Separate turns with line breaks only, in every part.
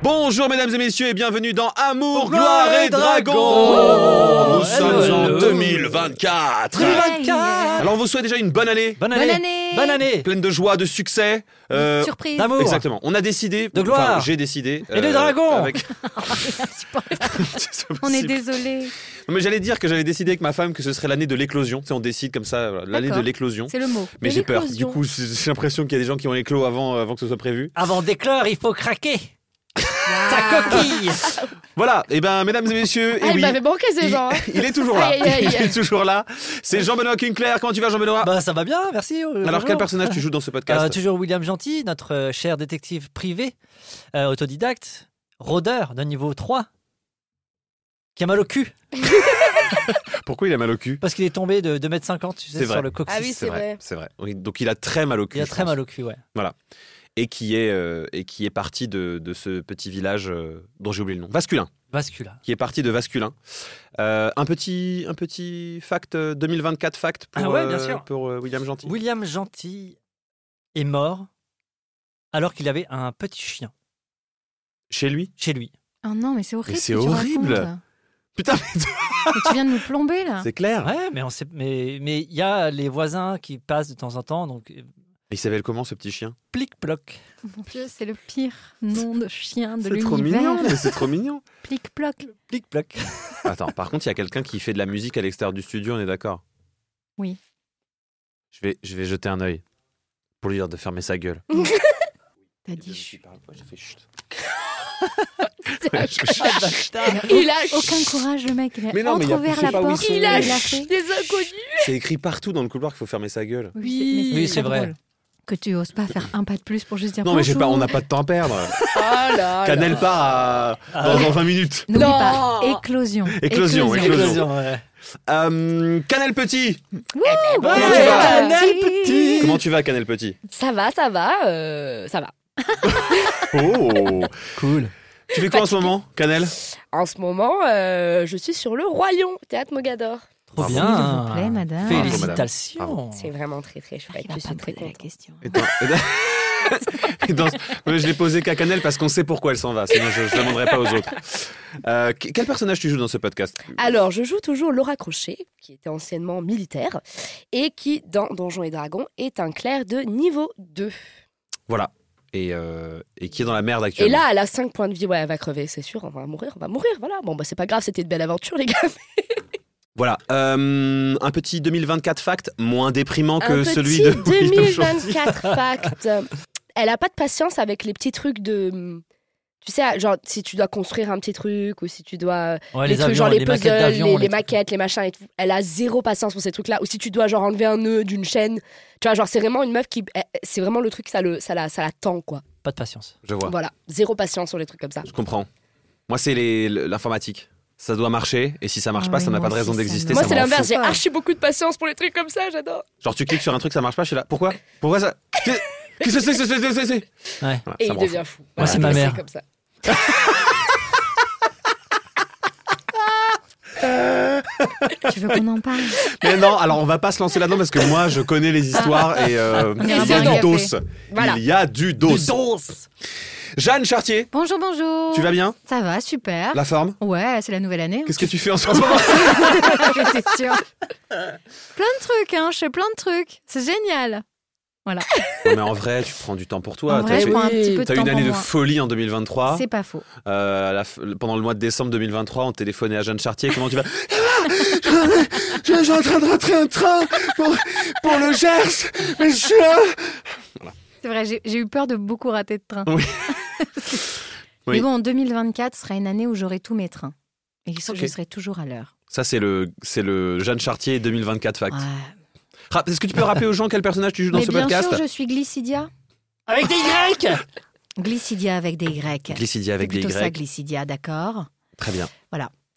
Bonjour mesdames et messieurs et bienvenue dans Amour, Gloire et Dragon Nous sommes en 2024 Alors on vous souhaite déjà une bonne année
Bonne
Bonne
année.
année.
Bonne année.
pleine de joie, de succès euh,
Surprise.
D'amour.
Exactement, on a décidé
De gloire.
enfin, j'ai décidé euh,
Et de dragon.
C'est pas
On est
possible.
désolé.
Non, mais j'allais dire que j'avais décidé avec ma femme que ce serait l'année de l'éclosion, tu sais on décide comme ça voilà, l'année de
D'accord.
l'éclosion.
C'est le mot.
Mais
De
j'ai peur. Du
l'éclosion.
coup, j'ai j'ai l'impression qu'il y a des gens qui ont éclos avant euh, avant que ce soit prévu.
Avant d'éclore, il faut craquer. Ta coquille.
Voilà, et ben mesdames et messieurs,
Ah,
et
il
oui.
m'avait manqué ces
Il,
gens. hein.
il est toujours là.
Aïe, aïe, aïe.
Il est toujours là. C'est Jean-Benoît Kinkler. Comment tu vas, Jean-Benoît
Bah ça va bien, merci. euh,
Alors,
bonjour.
quel personnage tu joues dans ce podcast
Euh, Toujours William Gentil, notre euh, cher détective privé, euh, autodidacte, rôdeur de niveau 3, qui a mal au cul
Pourquoi il a mal au cul
parce qu'il est tombé de 2m50 tu sais,
C'est
sur
vrai.
le coccyx.
Ah oui, c'est vrai.
C'est vrai. Oui, donc, il a très mal au cul.
Il a
je
très
pense.
mal au cul, ouais.
Et qui est, euh, et qui est parti de, de ce petit village euh, dont j'ai oublié le nom. Vasculin.
Vascula.
Qui est parti de Vasculin. Euh, un, petit, un petit fact, euh, 2024 fact pour,
Ah ouais, bien
euh,
sûr.
pour euh, William Gentil.
William Gentil est mort alors qu'il avait un petit chien
Chez lui.
chez lui.
Ah non, mais c'est horrible.
Mais c'est
ce que tu
horrible.
racontes.
Putain, mais
Mais tu viens de nous plomber
Ah.
là.
c'est clair.
Ouais, mais on sait, mais mais il y a les voisins qui passent de temps en temps, donc euh,
Il s'appelle comment ce petit chien
plic-ploc.
Mon Dieu, c'est le pire nom de chien de
C'est trop
l'univers.
mignon. mais C'est trop mignon.
Plic-ploc.
Plic-ploc.
Attends, par contre, il y a quelqu'un qui fait de la musique à l'extérieur du studio, on est d'accord
Oui.
Je vais, je vais jeter un œil pour lui dire de fermer sa gueule.
T'as dit chut.
Ah, bah, putain.
Il a
Aucun courage, le mec. Il a
Mais non, mais il a
entrouvert
poussé
la
par où ils
porte.
sont.
Il
Il
a
a
fait.
des inconnus.
C'est écrit partout dans le couloir qu'il faut fermer sa gueule.
mais
Oui,
pas
c'est vrai.
drôle. Que tu oses pas faire un pas de plus pour juste dire
Non, mais j'ai
bonjour. Oh
pas, on n'a pas de temps à perdre.
Ah là.
Canel part à-
Ah.
dans, dans 20 minutes.
N'oublie
Non.
pas. Éclosion.
Éclosion, éclosion.
Éclosion, ouais.
Euh, Canel Petit
Ouais,
tu vas
Canal
Petit.
Comment tu vas, Canel Petit
Ça va, ça va, euh, ça va.
Oh
Cool.
Tu fais quoi en ce moment, Canel
En ce moment, euh, je suis sur le Roi Lion, théâtre Mogador.
Trop
Bravo.
bien.
S'il vous plaît, madame.
Félicitations.
C'est vraiment très très
Ah,
chouette.
il va
Je
pas
suis très
poser la
contente.
question.
Et dans- et dans- et dans- Ouais, Je l'ai posé qu'à Canel parce qu'on sait pourquoi elle s'en va, sinon je ne demanderai pas aux autres. Euh, qu- quel personnage tu joues dans ce podcast
Alors, je joue toujours Laura Crochet, qui était anciennement militaire et qui, dans Donjons et Dragons, est un clerc de niveau 2.
Voilà. Et, euh, et qui est dans la merde
Et
actuellement.
là, elle a 5 points de vie. Ouais, elle va crever, c'est sûr. On va mourir, on va mourir. Voilà. Bon, bah, c'est pas grave, c'était une belle aventure, les gars.
Voilà. Euh, un petit 2024 fact moins déprimant que
un petit
celui de William Chanty.
2024 fact. Elle a pas de patience avec les petits trucs de. Tu sais, genre, si tu dois construire un petit truc ou si tu dois.
Ouais,
les, trucs,
avions,
genre les,
maquettes
puzzles,
d'avions,
les, les
trucs.
maquettes, les machins et tout. Elle a zéro patience pour ces trucs-là. Ou si tu dois, genre, enlever un nœud d'une chaîne. Tu vois, genre, c'est vraiment une meuf qui. elle- C'est vraiment le truc, ça, le, ça, la, ça la tend, quoi.
Pas de patience.
Je vois.
Voilà. Zéro patience sur les trucs comme ça.
Je comprends. Moi, c'est les- l'informatique. Ça doit marcher, et si ça marche
Ah
pas,
oui,
ça n'a
moi
pas de
aussi,
raison
ça
d'exister.
me-
Moi,
ça
c'est
me rend
l'inverse.
fou.
J'ai archi beaucoup de patience pour les trucs comme ça, j'adore.
Genre, tu cliques sur un truc, ça marche pas, je suis là. Pourquoi Pourquoi ça Qu'est- Qu'est-ce que c'est que c'est- c'est- c'est- c'est
Ouais.
Voilà, Ah, ça
Et il
me rend
devient fou.
Moi, c'est ma mère.
comme ça.
Tu veux qu'on en parle
fou. Mais non, alors on va pas se lancer là-dedans parce que moi, je connais les histoires et euh, il y
ira
a
boire
du
un café.
dos.
Voilà.
Il y a du dos.
Du dos.
Jeanne Chartier,
Bonjour, bonjour.
tu vas bien
Ça va, super.
La forme
Ouais, c'est la nouvelle année.
Qu'est-ce que tu fais en ce moment
J'étais sûre. Plein de trucs, hein. Je fais plein de trucs. C'est génial.
Non, mais en vrai, tu prends du temps pour toi.
en vrai,
T'as
je
fait-
prends un petit peu de
T'as
temps
eu une
pour
année de hein.
moi.
folie en 2023.
C'est pas faux.
Euh, à la f- pendant le mois de décembre 2023, on téléphonait à Jeanne Chartier. Comment tu vas je, suis en train de rentrer un train pour, le Gers. Mais je suis là.
C'est vrai, j'ai j'ai eu peur de beaucoup rater de train.
Oui. Oui.
Mais bon, 2024 sera une année où j'aurai tous mes trains. Et je,
Ok.
je serai toujours à l'heure.
Ça, c'est le, c'est le Jeanne Chartier 2024 fact.
Ouais.
Ra- Est-ce que tu peux rappeler aux gens quel personnage tu joues dans
Mais
ce
bien
podcast
sûr, je suis Glycidia.
Avec des Y
Glycidia avec des Y.
Glycidia avec
C'est
des
plutôt ça,
Y.
Glycidia, d'accord.
Très bien.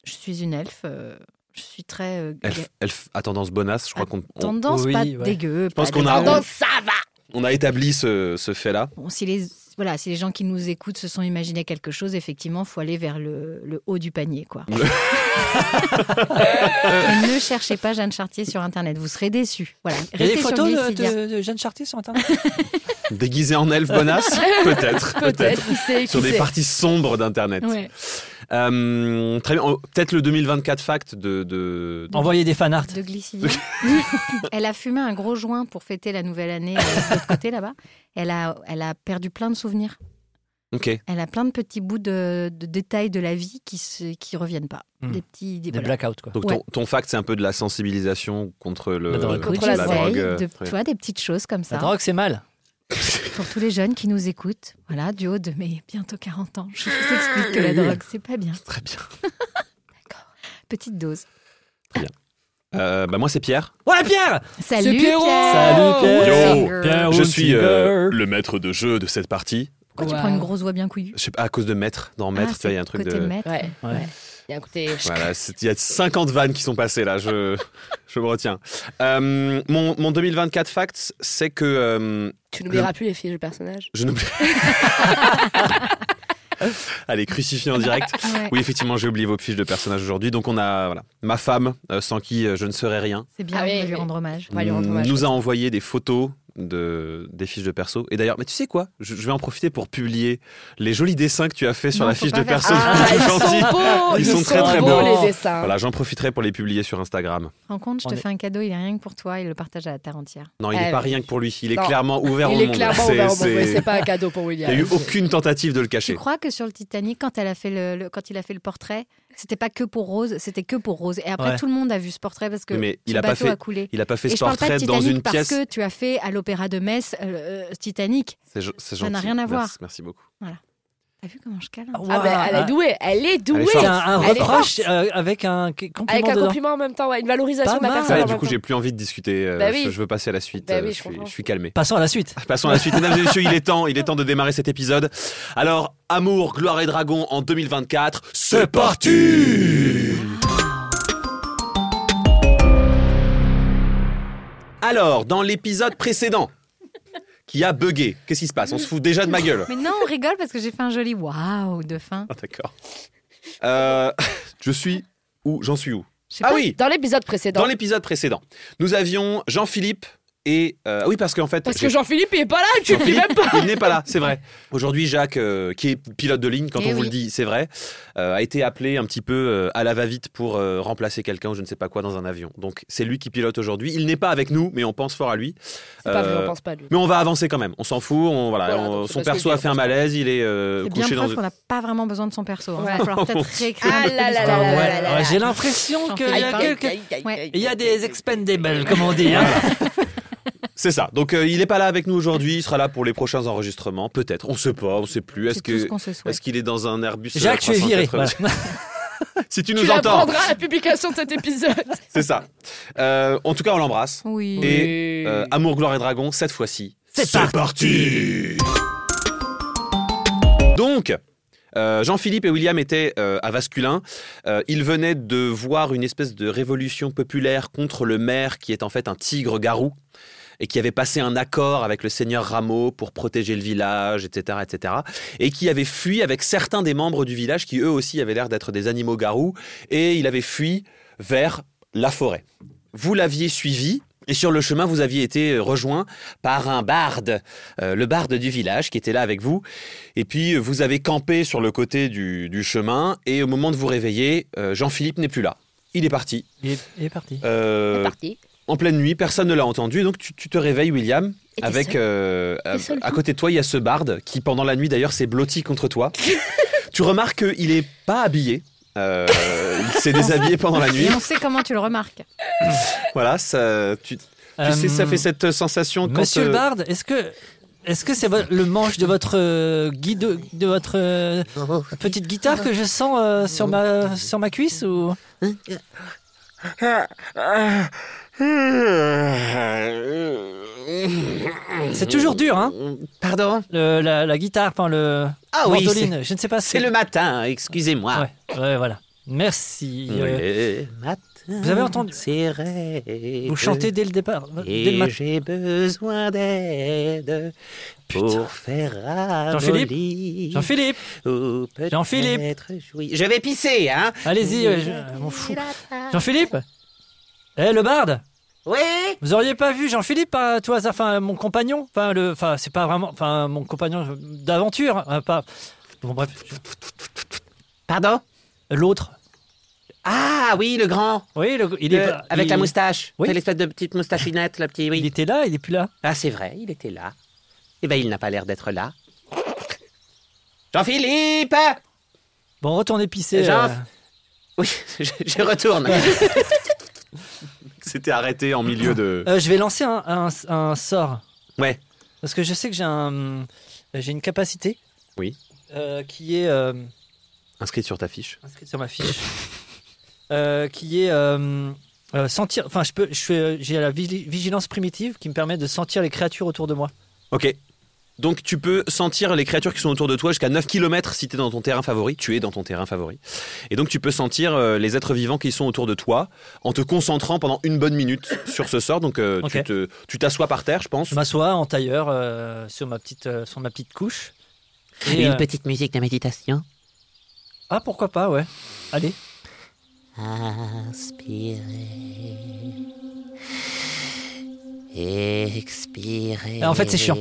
Je suis une elfe. euh, je suis très. euh,
Elf, elf à tendance bonasse, je crois qu'on on,
Tendance
Oui,
pas
ouais.
dégueu.
pense
pas
qu'on a-
dégueu.
Pardon, ça va
on a établi ce, ce fait-là.
Bon, si les voilà, si les gens qui nous écoutent se sont imaginés quelque chose, effectivement, faut aller vers le, le haut du panier, quoi. Et ne cherchez pas Jeanne Chartier sur Internet, vous serez déçus. Voilà.
Il y a des
Restez sur
photos de,
Glycidia.
de- de Jeanne Chartier sur Internet
Déguisé en elfe bonasse Peut-être.
Peut-être, qui sait, qui
Sur des
sait.
parties sombres d'Internet.
Ouais.
Euh, très bien. Oh, Peut-être le 2024 fact de. de-
Envoyez des fanarts.
De Glycidia. elle a fumé un gros joint pour fêter la nouvelle année euh, de l'autre côté là-bas. Elle a, elle a perdu plein de souvenirs.
Ok.
Elle a plein de petits bouts de, de détails de la vie qui se, qui reviennent pas.
Hmm.
Des petits. Des,
Des
voilà.
blackouts, quoi.
Donc
Ouais.
ton, ton fact, c'est un peu de la sensibilisation contre le.
La drogue.
Contre
la
la,
drogue,
veille,
euh,
de,
très
tu vois, des petites choses comme
La
ça.
drogue, c'est mal.
Pour tous les jeunes qui nous écoutent, voilà, du haut de mes bientôt 40 ans, je vous explique que la drogue, c'est pas bien.
Très bien.
Petite dose.
Euh, bah, moi, c'est Pierre.
Ouais, Pierre
Salut
Pierrot
Pierre
Salut, Pierre
Yo
Finger.
Pierre
Je suis
Hunzinger.
euh, le maître de jeu de cette partie.
Pourquoi tu
Wow.
prends une grosse voix bien couillue
Je sais pas, à cause de maître, dans maître,
Ah,
tu vois, il y a un
c'est
truc
côté
de.
maître.
Ouais.
Ouais.
Il y a un côté...
Voilà, c'est- il y a 50 vannes qui sont passées là, je, je me retiens. Euh, mon, mon 2024 fact, c'est que euh,
Tu n'oublieras plus les fiches de personnages
je n'oublie. Allez, crucifié en direct.
Ouais,
Oui, effectivement, j'ai oublié vos fiches de personnages aujourd'hui. Donc, on a voilà, ma femme, euh, sans qui euh, je ne serais rien,
C'est bien
Ah oui,
de lui
oui.
rendre hommage.
On va lui rendre hommage.
nous a envoyé des photos de, des fiches de perso. Et d'ailleurs, mais tu sais quoi je, je vais en profiter pour publier les jolis dessins que tu as fait sur
Non,
la
faut
fiche
pas
de
faire
perso.
ça.
Ah,
C'est
ils
tout gentil.
sont beaux
Ils sont très, très
beaux
beaux.
les dessins
Voilà, j'en profiterai pour les publier sur Instagram.
Rends compte, je
On
te
est-
fais un cadeau, il est rien que pour toi, il le partage à la terre entière.
Non, il n'est
Eh
pas
oui.
rien que pour lui. Il est
Non.
clairement ouvert au
Il
monde.
est clairement
C'est-
ouvert au monde,
c'est-
mais c'est pas un cadeau pour
Il n'y a eu
William.
aucune tentative de le
Tu
cacher.
crois que sur le Titanic, quand, elle a fait le, le- quand il a fait le portrait, c'était pas que pour Rose, c'était que pour Rose. Et après,
Ouais.
tout le monde a vu ce portrait parce que
Oui, mais il
ce
a pas
bateau
fait-
a coulé.
Il n'a pas fait
Et
ce
je parle pas de
portrait dans
Titanic
une
parce
pièce.
que tu as fait à l'Opéra de Metz euh, euh, Titanic.
C'est gen- c'est
ça n'a
gentil.
rien à
Merci-
voir.
Merci beaucoup.
T'as vu comment je câline
Ah,
Ouah.
ben, elle est douée, elle est douée
forte.
C'est un, un
Elle est
reproche euh, avec un qu- compliment
Avec un
dedans.
compliment en même temps, ouais, une valorisation
Pas
de la
mal.
personne.
Ça,
en
Bah, du
même
coup,
temps.
j'ai plus envie de discuter. euh,
Bah
je-
oui.
Je veux passer à la suite.
Bah
euh,
oui,
je,
je
suis,
comprends.
je suis calmé.
Passons à la suite.
Passons à la suite, mesdames et messieurs. Il est temps, il est temps de démarrer cet épisode. Alors, Amour, Gloire et Dragon en 2024, c'est parti Alors, dans l'épisode précédent, qui a bugué, qu'est-ce qui se passe On se fout déjà de ma gueule.
Mais non, on rigole parce que j'ai fait un joli waouh de fin.
Ah, d'accord. Euh, je suis où J'en suis où
Je sais
Ah
pas.
oui
Dans l'épisode précédent.
Dans l'épisode précédent, nous avions Jean-Philippe et... euh, ah oui, parce qu'en fait...
Parce
j'ai-
que Jean-Philippe, il est pas là, tu le dis
Jean-Philippe,
même pas.
Il n'est pas là, c'est vrai. Aujourd'hui, Jacques, euh, qui est pilote de ligne, quand
Eh
on vous
oui.
le dit, c'est vrai, euh, a été appelé un petit peu euh, à la va-vite pour euh, remplacer quelqu'un ou je ne sais pas quoi dans un avion. Donc c'est lui qui pilote aujourd'hui. Il n'est pas avec nous, mais on pense fort à lui.
C'est pas vrai,
Euh,
on pense pas à lui.
Mais on va avancer quand même. On s'en fout. On, voilà,
Voilà,
on-
donc c'est
son
parce que
perso
je
a
dis, on
fait un
pense
malaise. Il est euh,
C'est bien
couché dans
preuve
une...
qu'on n'a pas vraiment besoin de son perso. hein.
Ouais.
Il va falloir peut-être réécrire. un
Ah
peu
là là
l'histoire.
là là
Ouais,
là là là.
J'ai l'impression qu'il y a
Jean-Philippe.
quelques... Il y a des expendables, comme on dit. hein.
C'est ça. Donc euh, il n'est pas là avec nous aujourd'hui. Il sera là pour les prochains enregistrements. Peut-être. On ne sait pas. On ne sait plus.
C'est
Est-ce
tout ce
que
qu'on se souhaite.
est-ce qu'il est dans un Airbus
Jacques, tu es viré.
380?
Voilà.
si tu
Tu
nous entends,
l'apprendras à la publication de cet épisode.
c'est ça. Euh, en tout cas, on l'embrasse.
Oui.
Et euh, Amour, Gloire et Dragon, cette fois-ci.
C'est
parti Donc, euh, Jean-Philippe et William étaient euh, à Vasculin. Euh, ils venaient de voir une espèce de révolution populaire contre le maire qui est en fait un tigre-garou et qui avait passé un accord avec le seigneur Rameau pour protéger le village, etc., etc., et qui avait fui avec certains des membres du village qui eux aussi avaient l'air d'être des animaux garous, et il avait fui vers la forêt. Vous l'aviez suivi. Et sur le chemin, vous aviez été rejoint par un barde, euh, le barde du village qui était là avec vous. Et puis, euh, vous avez campé sur le côté du, du chemin. Et au moment de vous réveiller, euh, Jean-Philippe n'est plus là. Il est parti.
Il est, il est parti.
Euh,
C'est parti.
en pleine nuit, personne ne l'a entendu. Et donc, tu, tu te réveilles, William,
Et t'es
avec
seul.
euh, à,
seul,
à
tout.
côté de toi, il y a ce barde qui, pendant la nuit d'ailleurs, s'est blotti contre toi. tu remarques qu'il n'est pas habillé. Euh, il s'est déshabillé pendant la nuit.
Et on sait comment tu le remarques.
Euh, Voilà, ça, tu, tu sais, ça fait cette sensation quand.
Euh, Monsieur
euh,
le Bard, est-ce que Est-ce que c'est vo- le manche de votre euh, guide, de votre euh, petite guitare que je sens euh, sur, ma, sur ma cuisse ou C'est toujours dur, hein
Pardon
le- la, la guitare, enfin le
Ah oui,
mandoline, je ne sais pas.
C'est le matin, excusez-moi.
Ouais, ouais, voilà. Merci. euh,
Le matin.
vous avez entendu
C'est vrai.
vous chantez dès le départ, dès le
euh, Et
matin.
j'ai besoin d'aide pour faire
Jean-Philippe
abolir
Jean-Philippe,
ou peut-être
Jean-Philippe.
jouir. Je vais pisser, hein
allez-y, euh, je euh, m'en fous. Jean-Philippe Eh, le barde
Oui
Vous auriez pas vu Jean-Philippe, à tout hasard Enfin, mon compagnon Enfin, le, enfin c'est pas vraiment... Enfin, mon compagnon d'aventure hein, pas... Bon, bref.
Pardon
L'autre.
Ah oui, le grand
Oui, le- il
le-
est... pas-
Euh, Avec
il-
la moustache
Oui.
C'est l'espèce de petite moustachinette, le petit,
Il
oui.
était là, il est plus là.
Ah, c'est vrai, il était là. Eh ben, il n'a pas l'air d'être là. Jean-Philippe
Bon, retournez pisser.
Jean-
euh,
Oui, je, je retourne. C'était arrêté en milieu de...
euh, je vais lancer un, un- un sort.
Ouais.
Parce que je sais que j'ai un... euh, J'ai une capacité.
Oui.
euh, qui est... euh,
Inscrit sur ta fiche.
inscrite sur ma fiche, euh, qui est euh, euh, sentir. Enfin, je peux, je suis, euh, j'ai la vigi- vigilance primitive qui me permet de sentir les créatures autour de moi.
Ok. Donc tu peux sentir les créatures qui sont autour de toi jusqu'à 9 km si tu es dans ton terrain favori, tu es dans ton terrain favori. Et donc tu peux sentir euh, les êtres vivants qui sont autour de toi en te concentrant pendant une bonne minute sur ce sort. Donc euh, tu
Ok. Bah.
te- tu t'assois par terre, je pense.
Je m'assois en tailleur euh, sur ma petite, euh, sur ma petite couche. Et, euh,
petite musique de méditation.
ah pourquoi pas, ouais. Allez.
Inspirez. Expirez.
Ah, en fait, c'est chiant.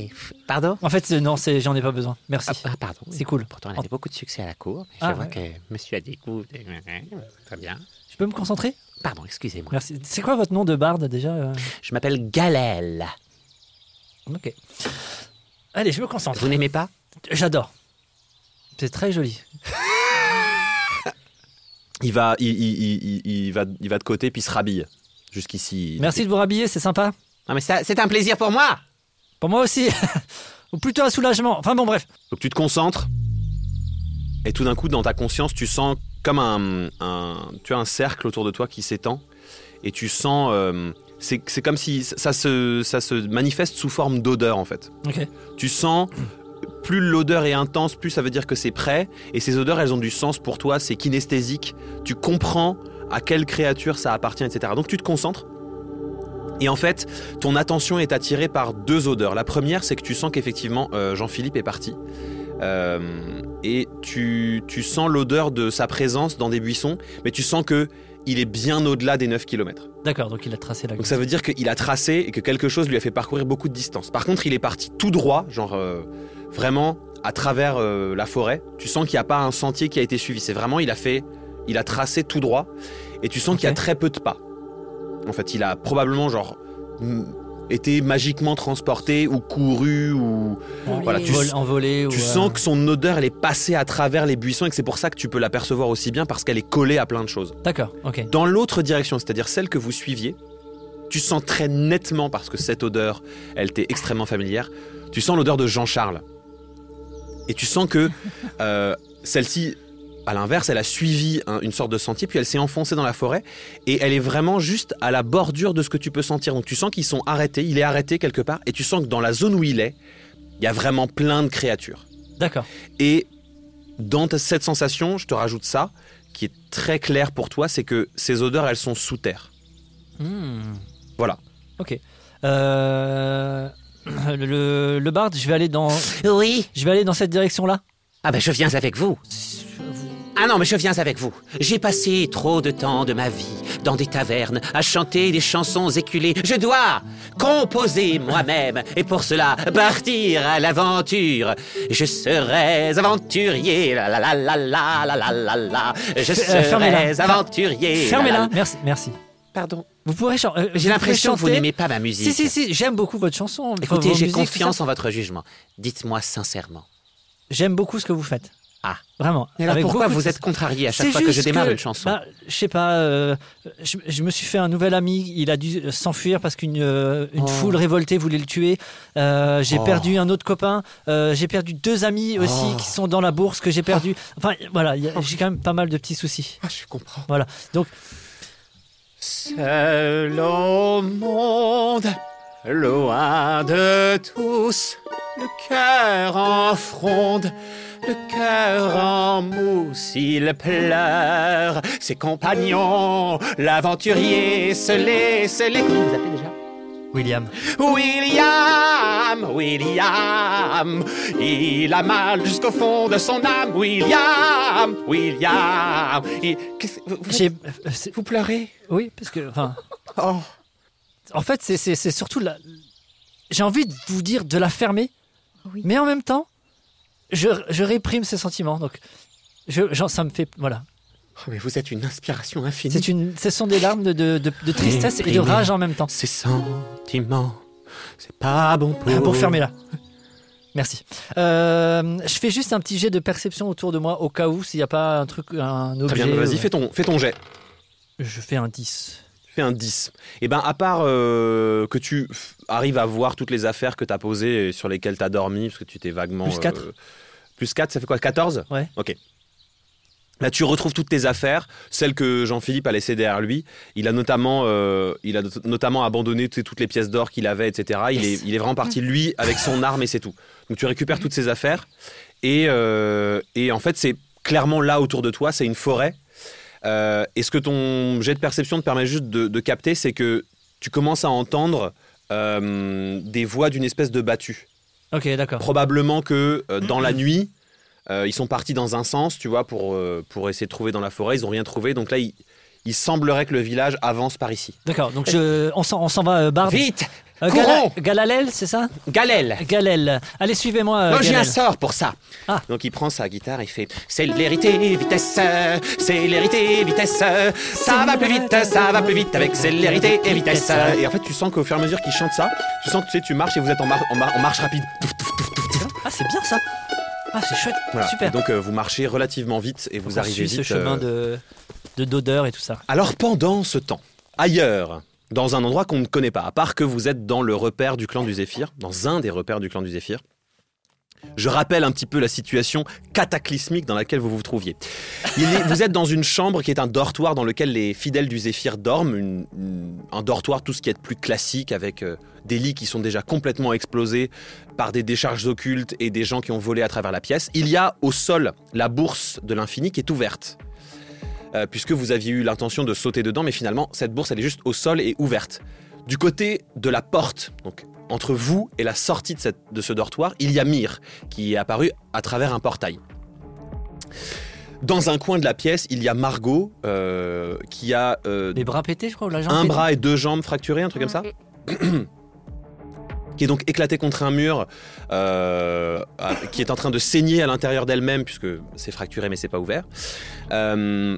Pardon
En fait, c'est- non, c'est, j'en ai pas besoin. Merci.
ah, ah, pardon.
C'est cool.
Pourtant, on avait beaucoup de succès à la cour. Mais
Ah,
je vois
ouais.
que monsieur a des goûts. de- Très bien.
Je peux me concentrer
Pardon, excusez-moi.
Merci. C'est quoi votre nom de barde déjà euh
Je m'appelle Galel.
Ok. Allez, je me concentre.
Vous n'aimez pas
J'adore. C'est très joli.
Il va, il, il- il- il- il va, il va de côté puis il se rhabille. Jusqu'ici. il-
Merci de vous rhabiller, c'est sympa.
Non, mais ça, c'est un plaisir pour moi.
Pour moi aussi. Ou plutôt un soulagement. Enfin bon, bref.
Donc tu te concentres et tout d'un coup dans ta conscience tu sens comme un, un- tu as un cercle autour de toi qui s'étend et tu sens euh, c'est c'est comme si ça se ça se manifeste sous forme d'odeur en fait.
Ok.
Tu sens plus l'odeur est intense, plus ça veut dire que c'est prêt et ces odeurs elles ont du sens pour toi, c'est kinesthésique. Tu comprends à quelle créature ça appartient, etc. Donc tu te concentres. Et en fait, ton attention est attirée par deux odeurs. La première, c'est que tu sens qu'effectivement euh, Jean-Philippe est parti. Euh, et tu, tu sens l'odeur de sa présence dans des buissons, mais tu sens que il est bien au-delà des 9 km.
D'accord, donc il a tracé la
Donc
gauche.
ça veut dire qu'il a tracé et que quelque chose lui a fait parcourir beaucoup de distance. Par contre, il est parti tout droit, genre euh, vraiment à travers euh, la forêt. Tu sens qu'il n'y a pas un sentier qui a été suivi. C'est vraiment, il a fait, il a tracé tout droit et tu sens
Ok.
qu'il y a très peu de pas. En fait, il a probablement genre m- été magiquement transporté ou couru ou voilà, tu-
Vol- envolé
tu
ou, euh,
sens que son odeur, elle est passée à travers les buissons et que c'est pour ça que tu peux l'apercevoir aussi bien parce qu'elle est collée à plein de choses.
D'accord, ok.
Dans l'autre direction, c'est-à-dire celle que vous suiviez, tu sens très nettement, parce que cette odeur, elle t'est extrêmement familière, tu sens l'odeur de Jean-Charles. Et tu sens que euh, celle-ci, à l'inverse, elle a suivi un- une sorte de sentier, puis elle s'est enfoncée dans la forêt, et elle est vraiment juste à la bordure de ce que tu peux sentir. Donc tu sens qu'ils sont arrêtés, il est arrêté quelque part, et tu sens que dans la zone où il est, il y a vraiment plein de créatures.
D'accord.
Et dans ta- cette sensation, je te rajoute ça, qui est très clair pour toi, c'est que ces odeurs, elles sont sous terre.
Hmm.
Voilà.
Ok. Euh, Le, le, le barde, je vais aller dans,
Oui.
je vais aller dans cette direction-là.
Ah ben je viens avec vous. Ah non mais je viens avec vous. J'ai passé trop de temps de ma vie dans des tavernes à chanter des chansons éculées. Je dois composer moi-même et pour cela partir à l'aventure. Je serai aventurier. La la la la la la la la la. Je
Euh, fermez-la.
serai aventurier. la, la,
Fermez-la.
la.
Merci, merci.
Pardon.
Vous pourrez chan- euh, vous
J'ai
pouvez
l'impression que vous
chanter.
n'aimez pas ma
Si,
musique.
si, si, j'aime beaucoup votre chanson. enfin,
Écoutez,
vos
j'ai
musiques, tout ça.
confiance en votre jugement. Dites-moi sincèrement.
J'aime beaucoup ce que vous faites.
Ah.
Vraiment.
Et alors
avec
pourquoi
beaucoup de-
vous êtes contrarié à
C'est
chaque fois que je
juste
démarre une chanson
bah, je sais pas, euh, je, je me suis fait un nouvel ami, il a dû euh, s'enfuir parce qu'une euh, une
Oh.
foule révoltée voulait le tuer. Euh, j'ai
Oh.
perdu un autre copain, euh, j'ai perdu deux amis aussi
Oh.
qui sont dans la bourse que j'ai perdu. Enfin voilà, il y a- j'ai quand même pas mal de petits soucis.
Ah, Je comprends.
Voilà, donc
Seul au monde, loin de tous, le cœur en fronde, le cœur en mousse, il pleure. Ses compagnons, l'aventurier, se laisse les. Comment vous appelez déjà
William.
William, William, il a mal jusqu'au fond de son âme. William, William, il- qu'est-ce- vous, vous-
J'ai, euh, c'est-
vous pleurez
oui, parce que enfin,
Oh.
en fait c'est- c'est c'est surtout la. J'ai envie de vous dire de la fermer,
Oui.
mais en même temps, je, je réprime ces sentiments. Donc, je, genre, ça me fait voilà.
Oh, mais vous êtes une inspiration infinie.
C'est une, ce sont des larmes de, de- de- de tristesse et de
Réprimé.
rage en même temps.
Ces sentiments, c'est pas bon pour.
Ah, Pour fermer là. Merci. Euh, je fais juste un petit jet de perception autour de moi au cas où s'il n'y a pas un truc, un
Très
objet.
bien, bah, vas-y,
euh,
fais ton, fais ton jet.
Je fais un 10.
Fais un 10. Et ben à part euh, que tu f- arrives à voir toutes les affaires que t'as posées et sur lesquelles t'as dormi, parce que tu t'es vaguement...
Plus quatre.
euh, plus 4, ça fait quoi 14
Ouais.
Ok. Là, tu retrouves toutes tes affaires, celles que Jean-Philippe a laissées derrière lui. Il a notamment, euh, il a not- notamment abandonné tu sais, toutes les pièces d'or qu'il avait, etc. Il,
Yes.
est, il est vraiment parti, lui, avec son arme et c'est tout. Donc tu récupères toutes ses affaires. Et, euh, et en fait, c'est clairement là autour de toi, c'est une forêt. Euh, et ce que ton jet de perception te permet juste de, de capter, c'est que tu commences à entendre euh, des voix d'une espèce de battue.
Ok, d'accord.
Probablement que euh, dans la nuit, euh, ils sont partis dans un sens, tu vois, pour, euh, pour essayer de trouver dans la forêt. Ils n'ont rien trouvé. Donc là, il, il semblerait que le village avance par ici.
D'accord. Donc je, on s'en, on s'en va, euh, Barbe.
Vite,
Euh,
courons
Galalel, c'est ça
Galel.
Galel. Allez, Ah. suivez-moi. euh,
Moi, j'ai un
Galel.
sort pour ça.
Donc il prend sa guitare, il fait
Célérité, vitesse, célérité, vitesse. Ça va plus vite, ça va plus vite avec célérité et vitesse.
Et en fait, tu sens qu'au fur et à mesure qu'il chante ça, tu sens que tu, sais, tu marches et vous êtes en, mar- en mar- en marche rapide. Touf, touf, touf, touf, touf.
Ah, c'est bien ça. Ah, c'est chouette.
Voilà. Et
Super.
donc euh, vous marchez relativement vite et vous
on
arrivez
suit
vite.
ce chemin
euh,
de, de d'odeur et tout ça.
Alors pendant ce temps, ailleurs, dans un endroit qu'on ne connaît pas, à part que vous êtes dans le repère du clan du Zéphyr, dans un des repères du clan du Zéphyr, je rappelle un petit peu la situation cataclysmique dans laquelle vous vous trouviez. Il est- vous êtes dans une chambre qui est un dortoir dans lequel les fidèles du Zéphyr dorment, une- une- un dortoir tout ce qui est de plus classique avec euh, des lits qui sont déjà complètement explosés par des décharges occultes et des gens qui ont volé à travers la pièce. Il y a au sol la bourse de l'infini qui est ouverte. Euh, puisque vous aviez eu l'intention de sauter dedans, mais finalement, cette bourse, elle est juste au sol et ouverte. Du côté de la porte, donc entre vous et la sortie de, cette- de ce dortoir, il y a Mire, qui est apparu à travers un portail. Dans un coin de la pièce, il y a Margot, euh, qui a euh,
Les bras pétés, je crois, ou la jambe
un
pétée.
bras et deux jambes fracturées, un truc comme ça qui est donc éclatée contre un mur, euh, à- qui est en train de saigner à l'intérieur d'elle-même, puisque c'est fracturé mais c'est pas ouvert, euh,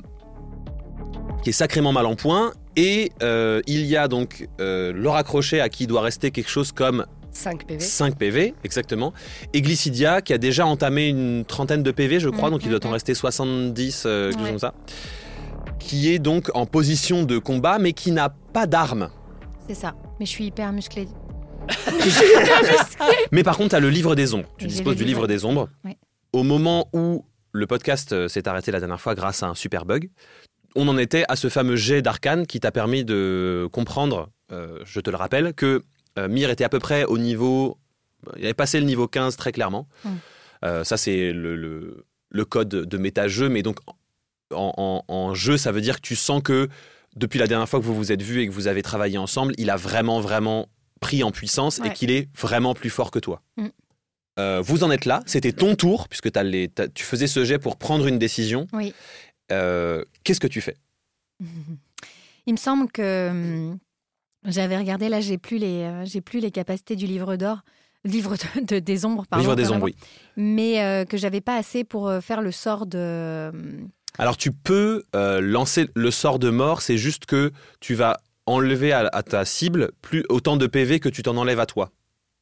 qui est sacrément mal en point. Et euh, il y a donc euh, Laura Crochet à qui il doit rester quelque chose comme
5 PV.
5 PV, exactement, et Glycidia qui a déjà entamé une trentaine de PV, je crois,
Mm,
donc il
mm,
doit en
mm.
rester 70, euh, quelque chose
Ouais.
comme ça, qui est donc en position de combat mais qui n'a pas d'arme.
C'est ça. Mais je suis hyper musclée.
Mais par contre, tu as le livre des ombres. Tu
Et j'ai
disposes
le
du livre
livre.
des ombres.
Ouais.
Au moment où le podcast euh, s'est arrêté la dernière fois grâce à un super bug, on en était à ce fameux jet d'arcane qui t'a permis de comprendre, euh, je te le rappelle, que euh, Myr était à peu près au niveau. Il avait passé le niveau 15 très clairement.
Mm.
Euh, ça, c'est le, le- le code de méta-jeu. Mais donc, en, en- en jeu, ça veut dire que tu sens que depuis la dernière fois que vous vous êtes vus et que vous avez travaillé ensemble, il a vraiment, vraiment pris en puissance et
Ouais.
qu'il est vraiment plus fort que toi.
Mm.
Euh, vous en êtes là, c'était ton tour, puisque t'as les- t'as- tu faisais ce jet pour prendre une décision.
Oui.
Euh, Qu'est-ce que tu fais
Il me semble que hum, j'avais regardé, là, j'ai plus, les, euh, j'ai plus les capacités du livre d'or. Livre de, de- des ombres, pardon.
Livre des
carrément.
ombres, oui.
Mais euh, que j'avais pas assez pour euh, faire le sort de. hum,
Alors tu peux euh, lancer le sort de mort, c'est juste que tu vas enlever à, à ta cible plus autant de PV que tu t'en enlèves à toi,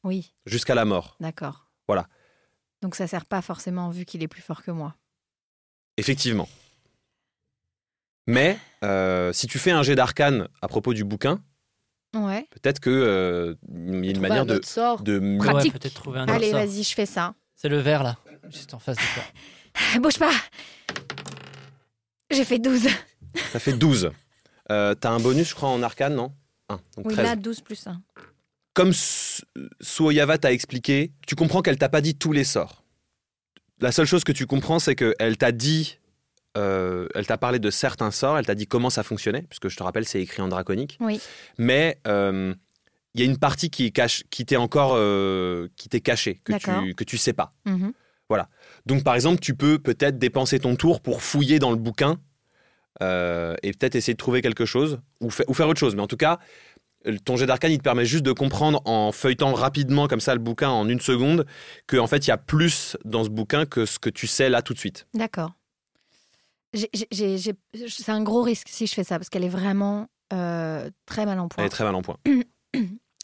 Oui,
jusqu'à la mort.
d'accord.
Voilà.
Donc ça sert pas forcément vu qu'il est plus fort que moi.
Effectivement. Mais euh, si tu fais un jet d'arcane à propos du bouquin,
Ouais.
peut-être que euh, il y a une
Trouver
manière
un
de,
autre sort.
de mieux-
Ouais,
Pratique.
peut-être trouver un autre
Allez,
sort.
vas-y, je fais ça.
C'est le verre là, juste en face de toi.
Bouge pas J'ai fait 12.
Ah,
Ça fait 12. Euh, T'as un bonus, je crois, en arcane, non 1. Donc
Oui,
13.
là, 12 plus 1.
Comme Su- Suoyava t'a expliqué, tu comprends qu'elle t'a pas dit tous les sorts. La seule chose que tu comprends, c'est qu'elle t'a dit. euh, elle t'a parlé de certains sorts, elle t'a dit comment ça fonctionnait, puisque je te rappelle, c'est écrit en draconique.
Oui.
Mais euh, il y a une partie qui est cache- qui t'est encore euh, qui t'est cachée, que
D'accord.
tu, que tu sais pas.
Mhm.
Donc, par exemple, tu peux peut-être dépenser ton tour pour fouiller dans le bouquin euh, et peut-être essayer de trouver quelque chose ou, fa- ou faire autre chose. Mais en tout cas, euh, ton jet d'arcane, il te permet juste de comprendre en feuilletant rapidement comme ça le bouquin en une seconde que en fait, il y a plus dans ce bouquin que ce que tu sais là tout de suite.
D'accord. J'ai- j'ai- j'ai- j'ai- C'est un gros risque si je fais ça, parce qu'elle est vraiment euh, très mal en point.
Elle est très mal en point.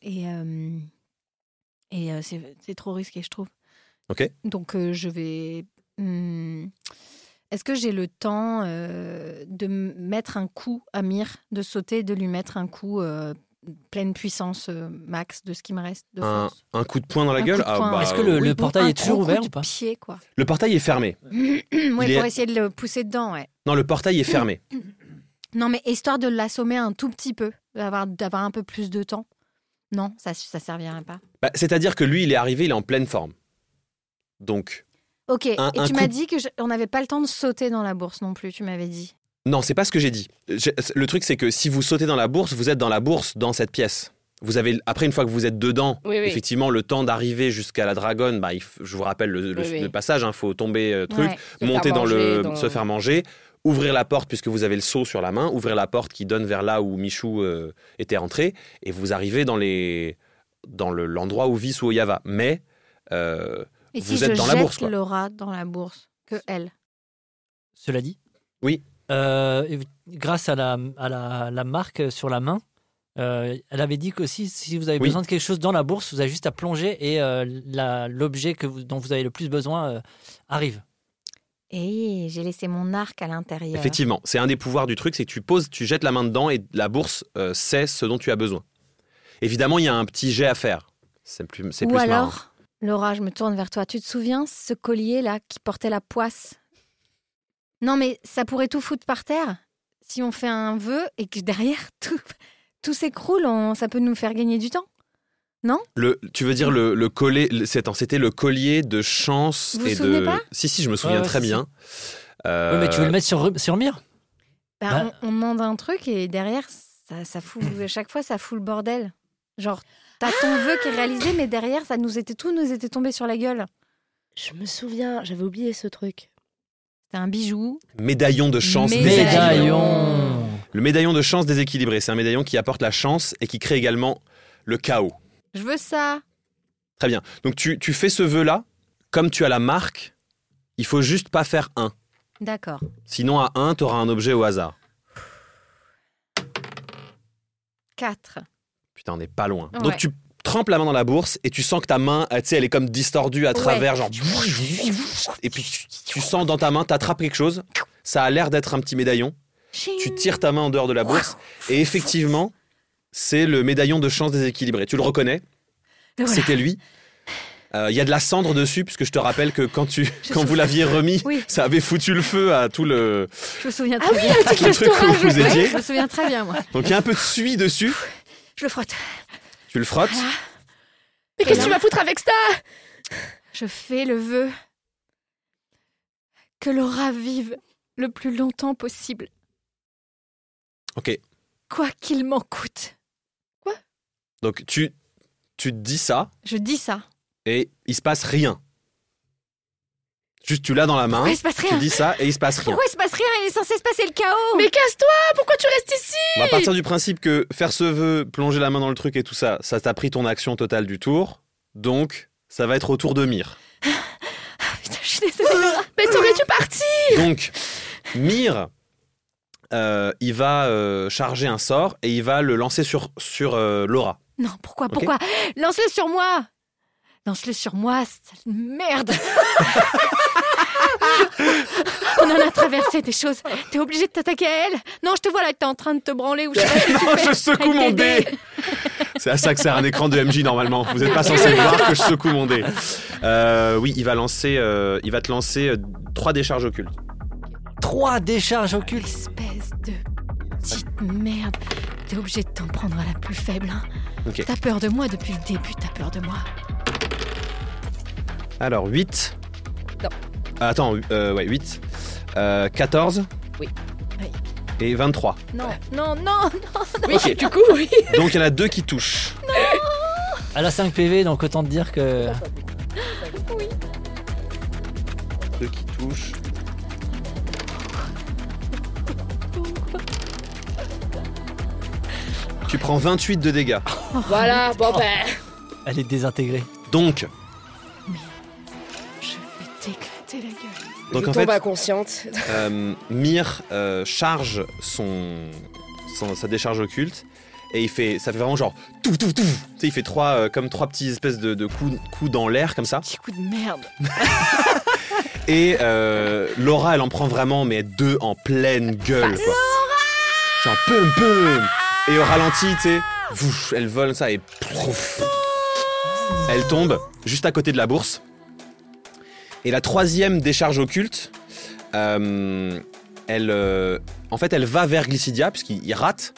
Et, euh, et euh, c'est c'est trop risqué, je trouve.
Ok.
Donc, euh, je vais. hmm, Est-ce que j'ai le temps euh, de m- mettre un coup à Mire, de sauter, de lui mettre un coup euh, pleine puissance euh, max de ce qui me reste de
Un,
force
un coup de poing dans la
Un
gueule
coup de poing.
bah,
Est-ce que le-
oui.
Oui,
portail
un
est toujours
gros coup
ouvert
du
ou pas
pied, quoi.
Le portail est fermé.
ouais, pour
est-
essayer de le pousser dedans, ouais.
Non, le portail est fermé.
Non, mais histoire de l'assommer un tout petit peu, d'avoir d'avoir un peu plus de temps. Non, ça ça servira pas.
Bah, C'est-à-dire que lui, il est arrivé, il est en pleine forme. Donc,
Ok,
Un-
et
un
tu m'as
coup-
dit que je- on n'avait pas le temps de sauter dans la bourse non plus, tu m'avais dit.
Non, c'est pas ce que j'ai dit. J'ai- Le truc, c'est que si vous sautez dans la bourse, vous êtes dans la bourse, dans cette pièce. Vous avez après une fois que vous êtes dedans,
Oui, oui.
effectivement, le temps d'arriver jusqu'à la dragonne. Bah, il f- je vous rappelle le, le-
Oui, oui.
le passage. Il faut tomber euh, truc,
Ouais.
Se
monter
faire
dans le,
manger, dans-
se faire manger, ouvrir la porte puisque vous avez le seau sur la main, ouvrir la porte qui donne vers là où Michou euh, était rentré, et vous arrivez dans les dans le- l'endroit où vit Suoyava. Mais euh,
Et
Vous
si
êtes
je
dans la
jette
bourse, quoi.
Laura dans la bourse, que elle.
Cela dit
Oui.
Euh, et grâce à la, à la, la marque sur la main, euh, elle avait dit que si, si vous avez
Oui.
besoin de quelque chose dans la bourse, vous avez juste à plonger et euh, la- l'objet que vous- dont vous avez le plus besoin euh, arrive.
Et Eh, j'ai laissé mon arc à l'intérieur.
Effectivement, c'est un des pouvoirs du truc, c'est que tu poses, tu jettes la main dedans et la bourse euh, sait ce dont tu as besoin. Évidemment, il y a un petit jet à faire. C'est plus, c'est
Ou
plus marrant.
alors, Laura, je me tourne vers toi. Tu te souviens ce collier là qui portait la poisse Non, mais ça pourrait tout foutre par terre si on fait un vœu et que derrière tout tout s'écroule. on- Ça peut nous faire gagner du temps.
Le, tu veux dire le, le collet, le- c'est- attends, c'était le collier de chance
Vous
et
vous souvenez
de.
pas
si si, je me souviens
ouais,
très
si,
bien.
Oui,
Euh,
mais tu veux le mettre sur, sur mire
Bah,
Bah-
On, on demande un truc et derrière, ça, ça fout, à chaque fois, ça fout le bordel. Genre, t'as ton vœu qui est réalisé, mais derrière, ça nous était tout, nous était tombé sur la gueule.
Je me souviens, j'avais oublié ce truc.
C'était un bijou.
médaillon de chance.
Médaillon.
déséquilibré.
Médaillon
Le médaillon de chance déséquilibré, c'est un médaillon qui apporte la chance et qui crée également le chaos.
Je veux ça.
Très bien. Donc tu, tu fais ce vœu là, comme tu as la marque, il faut juste pas faire un.
D'accord.
Sinon à un, tu auras un objet au hasard.
4.
Putain, on n'est pas loin.
Ouais.
Donc tu trempes la main dans la bourse et tu sens que ta main, euh, tu sais, elle est comme distordue à travers, genre. Et puis tu, tu sens dans ta main, t'attrapes quelque chose. Ça a l'air d'être un petit médaillon. Tu tires ta main en dehors de la bourse et effectivement, c'est le médaillon de chance déséquilibré. Tu le reconnais, c'était lui. Euh, Il y a de la cendre dessus, puisque je te rappelle que quand, tu,
Je
quand vous l'aviez remis,
Oui.
ça avait foutu le feu à tout le,
Je me souviens
Ah
très
oui,
bien.
le truc
le truc où
restaurant,
vous
Ouais,
étiez.
je me souviens très bien, moi.
Donc il y a un peu de suie dessus.
Je le frotte.
Tu le frottes.
Mais qu'est-ce que tu vas foutre avec ça
Je fais le vœu que Laura vive le plus longtemps possible,
Ok.
quoi qu'il m'en coûte.
Donc tu, tu te dis ça.
Je dis ça.
et il se passe rien. Juste tu l'as dans la main,
Pourquoi il se passe
Hein tu
rien
dis ça et il se passe rien.
Pourquoi il se passe rien Il est censé se passer le chaos.
Mais casse-toi Pourquoi tu restes ici
On va partir du principe que faire ce vœu, plonger la main dans le truc et tout ça, ça t'a pris ton action totale du tour. Donc ça va être au tour de Mire.
Putain, je suis désolée.
Mais t'aurais dû partir
Donc Mire, euh, il va euh, charger un sort et il va le lancer sur, sur euh, Laura.
Non, pourquoi,
Ok.
pourquoi Lance-le sur moi Lance-le sur moi, sale merde On en a traversé des choses. T'es obligé de t'attaquer à elle Non, je te vois là, t'es en train de te branler ou je sais pas ce que tu fais
je secoue
avec
mon
tes
dé
dés.
C'est à ça que sert un écran de MJ normalement. Vous n'êtes pas censé voir que je secoue mon dé. Euh, oui, il va, lancer, euh, il va te lancer euh, trois décharges occultes.
Trois décharges occultes.
Espèce de petite merde. T'es obligé de t'en prendre à la plus faible. hein.
Ok.
T'as peur de moi depuis le début, t'as peur de moi.
Alors 8.
Non.
Attends, euh, ouais, 8. Euh, 14.
Oui.
Oui.
Et 23.
Non, non, non
Oui,
Ok.
du coup, oui.
Donc il y en a deux qui touchent.
Elle a 5 PV, donc autant te dire que.
Deux qui touchent. Tu prends 28 de dégâts.
Oh. Voilà, bon ben.
Oh.
Elle est désintégrée.
Donc,
Je vais t'éclater la gueule.
donc
je
en
tombe
fait,
inconsciente.
euh, Myr euh, charge son, son- sa décharge occulte et il fait, ça fait vraiment genre tout tout tout. Tu sais, il fait trois euh, comme trois petits espèces de, de coups, coups dans l'air comme ça.
Petit coup de merde.
Et euh, Laura, elle en prend vraiment mais deux en pleine gueule. Quoi. Genre pum pum. Et au ralenti, tu sais, vouf, elle vole ça et prouf. Elle tombe juste à côté de la bourse. Et la troisième décharge occulte, euh, elle, euh, en fait, elle va vers Glycidia puisqu'il il rate.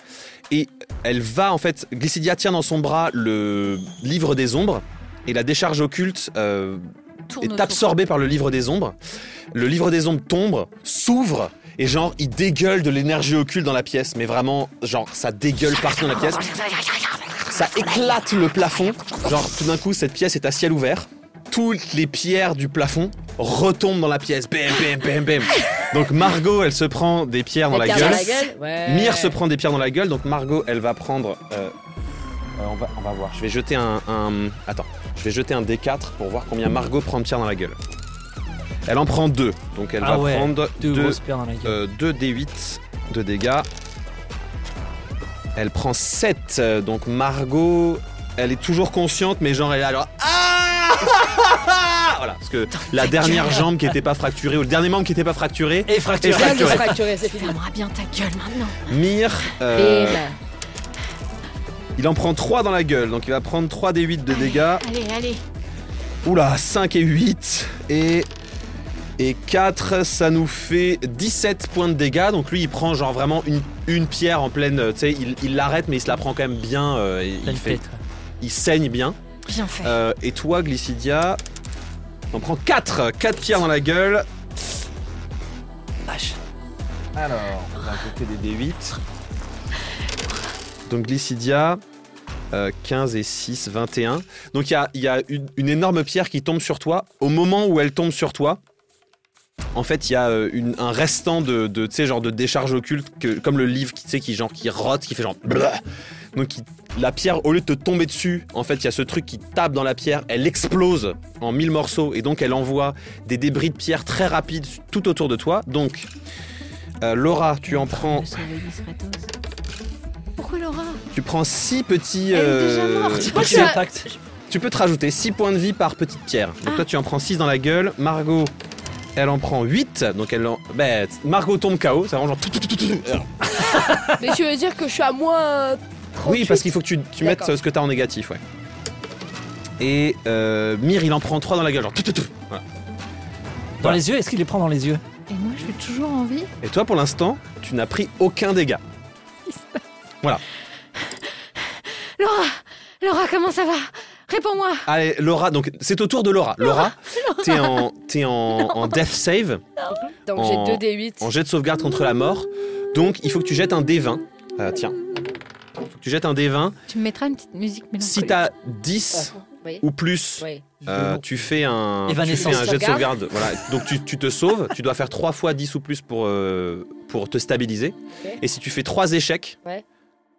Et elle va en fait, Glycidia tient dans son bras le livre des ombres et la décharge occulte euh,
Tourne
est
autour.
absorbé par le livre des ombres. Le livre des ombres tombe, s'ouvre et genre il dégueule de l'énergie occulte dans la pièce, mais vraiment genre ça dégueule partout dans la pièce. Ça éclate le plafond. Genre tout d'un coup cette pièce est à ciel ouvert. Toutes les pierres du plafond retombent dans la pièce. Bam bam bam bam. Donc Margot, elle se prend des pierres dans la
Des
gueule.
pierres gueule, ouais.
Mire se prend des pierres dans la gueule, donc Margot, elle va prendre. euh, euh, on, va, on va voir. Je vais jeter un, un- Attends. Je vais jeter un D4 pour voir combien Margot prend de pierres dans la gueule. Elle en prend deux. Donc elle
Ah
va
ouais,
prendre
Deux,
deux,
grosses pierres dans la gueule.
euh, deux D8 de dégâts. Elle prend 7. Donc Margot, elle est toujours consciente, mais genre elle est là, genre. Ah voilà, parce que la dernière jambe qui n'était pas fracturée, ou le dernier membre qui n'était pas fracturé,
Et fracture.
Et
Rien de
fracturé.
fracturé, c'est fini.
Fermera bien ta gueule maintenant.
Mire.
Et
euh,
ben,
Il en prend 3 dans la gueule, donc il va prendre 3 des 8 de dégâts.
Allez, allez.
Oula, 5 et 8. Et, et 4, ça nous fait 17 points de dégâts. Donc lui, il prend genre vraiment une, une pierre en pleine. euh, Tu sais, il il l'arrête, mais il se la prend quand même bien. euh, et
Elle
il, fait,
pète.
il saigne bien.
Bien fait.
Euh, et toi, Glycidia, t'en prends 4. 4 pierres dans la gueule.
Vache.
Alors, on va ajouter des D8. Donc Glycidia, euh, 15 et 6, 21. Donc il y a, il y a une, une énorme pierre qui tombe sur toi. Au moment où elle tombe sur toi, en fait, il y a euh, une- un restant de, de, tu sais, genre de décharge occulte, que, comme le livre qui, tu sais, qui, genre, qui rote, qui fait genre... blah. Donc il- la pierre, au lieu de te tomber dessus, en fait, il y a ce truc qui tape dans la pierre, elle explose en mille morceaux, et donc elle envoie des débris de pierre très rapides tout autour de toi. Donc, euh, Laura, tu en prends
Euh.
Pourquoi Laura
tu prends 6 petits. euh,
Elle est déjà morte.
petits-
Moi,
Petit
je-
impact.
tu peux te rajouter 6 points de vie par petite pierre. Donc
Ah.
toi, tu en prends 6 dans la gueule. Margot, elle en prend 8. Donc elle en. Bah, t- Margot tombe KO. Ça vraiment genre. tout, tout, tout, tout, tout. Alors,
Mais tu veux dire que je suis à moins. euh, 38?
Oui, parce qu'il faut que tu, tu mettes
D'accord.
euh, ce que t'as en négatif, ouais. Et euh, Mir, il en prend 3 dans la gueule. Genre. tout, tout, tout. Voilà.
Dans les yeux, est-ce qu'il les prend dans les yeux
Et moi, je suis toujours en vie.
Et toi, pour l'instant, tu n'as pris aucun dégât.
Laura Laura, comment ça va Réponds-moi
Allez, Laura, donc c'est au tour de Laura. Laura, t'es en, t'es en, en death save.
Donc
en-
j'ai 2 D8.
en jet de sauvegarde contre la mort. Donc il faut que tu jettes un D20. Euh, tiens. Faut que tu jettes un D20.
Tu me mettras une petite musique
Si
mélancolique.
t'as 10
Vous voyez
ou plus,
Oui.
euh,
Ah,
tu fais un, tu
Évanescence.
fais un jet de
Sauvegarde.
sauvegarde. Voilà. Donc tu, tu te sauves. Tu dois faire 3 fois 10 ou plus pour, euh, pour te stabiliser.
Ok.
Et si tu fais 3 échecs,
Ouais.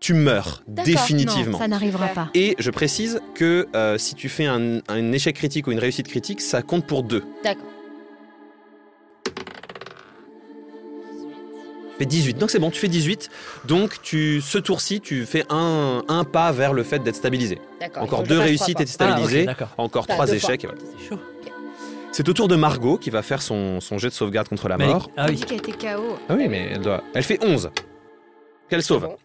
tu meurs
D'accord.
définitivement.
Non, ça n'arrivera pas.
et je précise que euh, si tu fais un, un échec critique ou une réussite critique, ça compte pour 2.
D'accord.
fais 18. Donc c'est bon, tu fais 18. Donc tu, ce tour-ci, tu fais un, un pas vers le fait d'être stabilisé.
D'accord.
Encore
Donc, je
deux
passe trois
réussites
pas.
et t'es stabilisé.
Ah, ok, D'accord.
Encore
Enfin,
trois
Bah, deux
échecs. et voilà.
C'est chaud.
C'est C'est au tour de Margot qui va faire son, son jet de sauvegarde contre la
Mais-
mort.
Ah
On
oui.
dit qu'elle était KO.
Ah oui, mais elle doit. Elle fait 11. Qu'elle sauve.
Bon.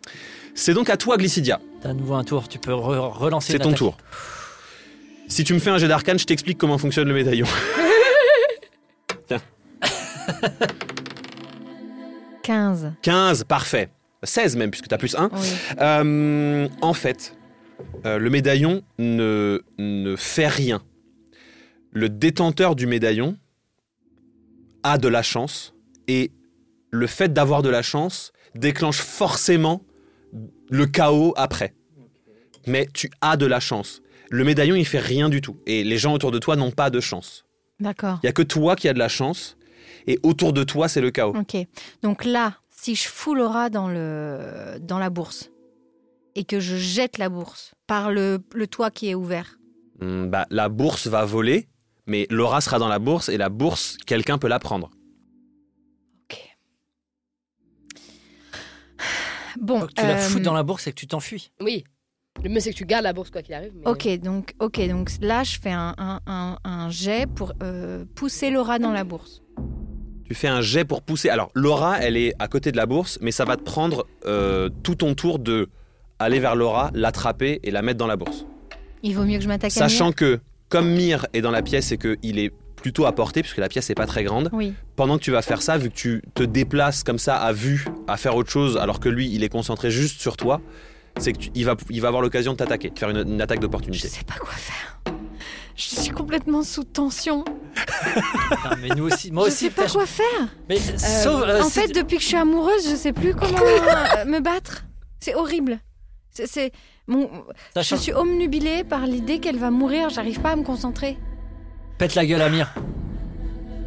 C'est donc à toi, Glycidia.
T'as à nouveau un tour. Tu peux re- relancer.
C'est
une
ton
attaque.
tour. Si tu me fais un jet d'arcane, je t'explique comment fonctionne le médaillon.
15.
15, parfait. 16 même, puisque t'as plus 1.
Oui.
Euh, en fait, euh, le médaillon ne, ne fait rien. Le détenteur du médaillon a de la chance et le fait d'avoir de la chance déclenche forcément le chaos après. Mais tu as de la chance. Le médaillon, il fait rien du tout. Et les gens autour de toi n'ont pas de chance.
D'accord.
Il y a que toi qui as de la chance. Et autour de toi, c'est le chaos.
Ok. Donc là, si je fous Laura dans, le, dans la bourse et que je jette la bourse par le, le toit qui est ouvert,
Hmm, bah, la bourse va voler, mais Laura sera dans la bourse et la bourse, quelqu'un peut la prendre.
bon.
Faut que tu la
euh,
foutes dans la bourse et que tu t'enfuis.
Oui. Le mieux, c'est que tu gardes la bourse quoi qu'il arrive. mais-
euh, Ok, donc, ok, donc là, je fais un, un, un- un jet pour euh, pousser Laura dans la bourse.
Tu fais un jet pour pousser. Alors, Laura, elle est à côté de la bourse, mais ça va te prendre euh, tout ton tour de aller vers Laura, l'attraper et la mettre dans la bourse.
Il vaut mieux que je m'attaque à
Sachant que, comme Mir est dans la pièce et qu'il est plutôt à portée, puisque la pièce n'est pas très grande,
Mia. Oui.
pendant que tu vas faire ça, vu que tu te déplaces comme ça à vue, à faire autre chose, alors que lui, il est concentré juste sur toi, c'est qu'il va, il va avoir l'occasion de t'attaquer, de faire une, une attaque
Je
d'opportunité.
sais pas quoi faire. Je suis complètement sous tension.
Putain, mais nous aussi. Moi
je
aussi.
sais pas
putain,
quoi faire.
Mais sauf. euh,
en fait,
c'est-
depuis que je suis amoureuse, je sais plus comment euh, me battre. C'est horrible. C'est- C'est mon. Je
sachant-
suis omnubilée par l'idée qu'elle va mourir. J'arrive pas à me concentrer.
Pète la gueule, Amir.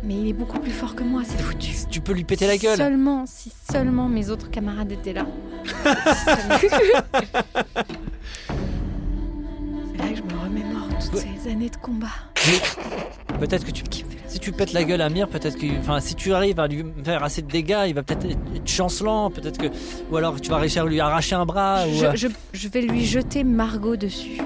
Mais il est beaucoup plus fort que moi. C'est foutu.
Tu peux lui péter la gueule.
Seulement, si seulement mes autres camarades étaient là. Si seulement. C'est là que je me remémore toutes ces années de combat.
Peut-être que tu. Si tu pètes la gueule à Mir, peut-être que. Enfin, si tu arrives à lui faire assez de dégâts, il va peut-être être chancelant, peut-être que. Ou alors tu vas réussir à lui arracher un bras. ou, euh,
Je, je- je vais lui jeter Margot dessus.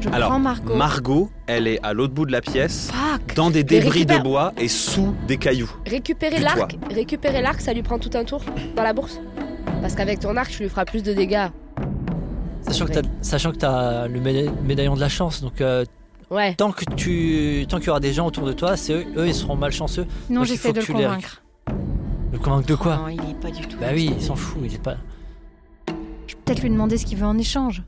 Je
Alors,
prends Margot.
Margot, elle est à l'autre bout de la pièce,
Fuck
dans des
Mais
débris de
récupère-
bois et sous des cailloux.
Récupérer
Du
l'arc, récupérer l'arc, ça lui prend tout un tour dans la bourse. Parce qu'avec ton arc, tu lui feras plus de dégâts.
sachant, que t'as, sachant que t'as le méda- médaillon de la chance, donc euh,
Ouais.
tant que tu, tant qu'il y aura des gens autour de toi, c'est eux, eux, ils seront malchanceux.
Non,
Donc, il
j'essaie
faut
de
que
le
tu les
convaincre.
Le convaincre de quoi
Non, il est pas du tout.
Bah oui, il s'en fout, il est pas.
Je peux peut-être lui demander ce qu'il veut en échange.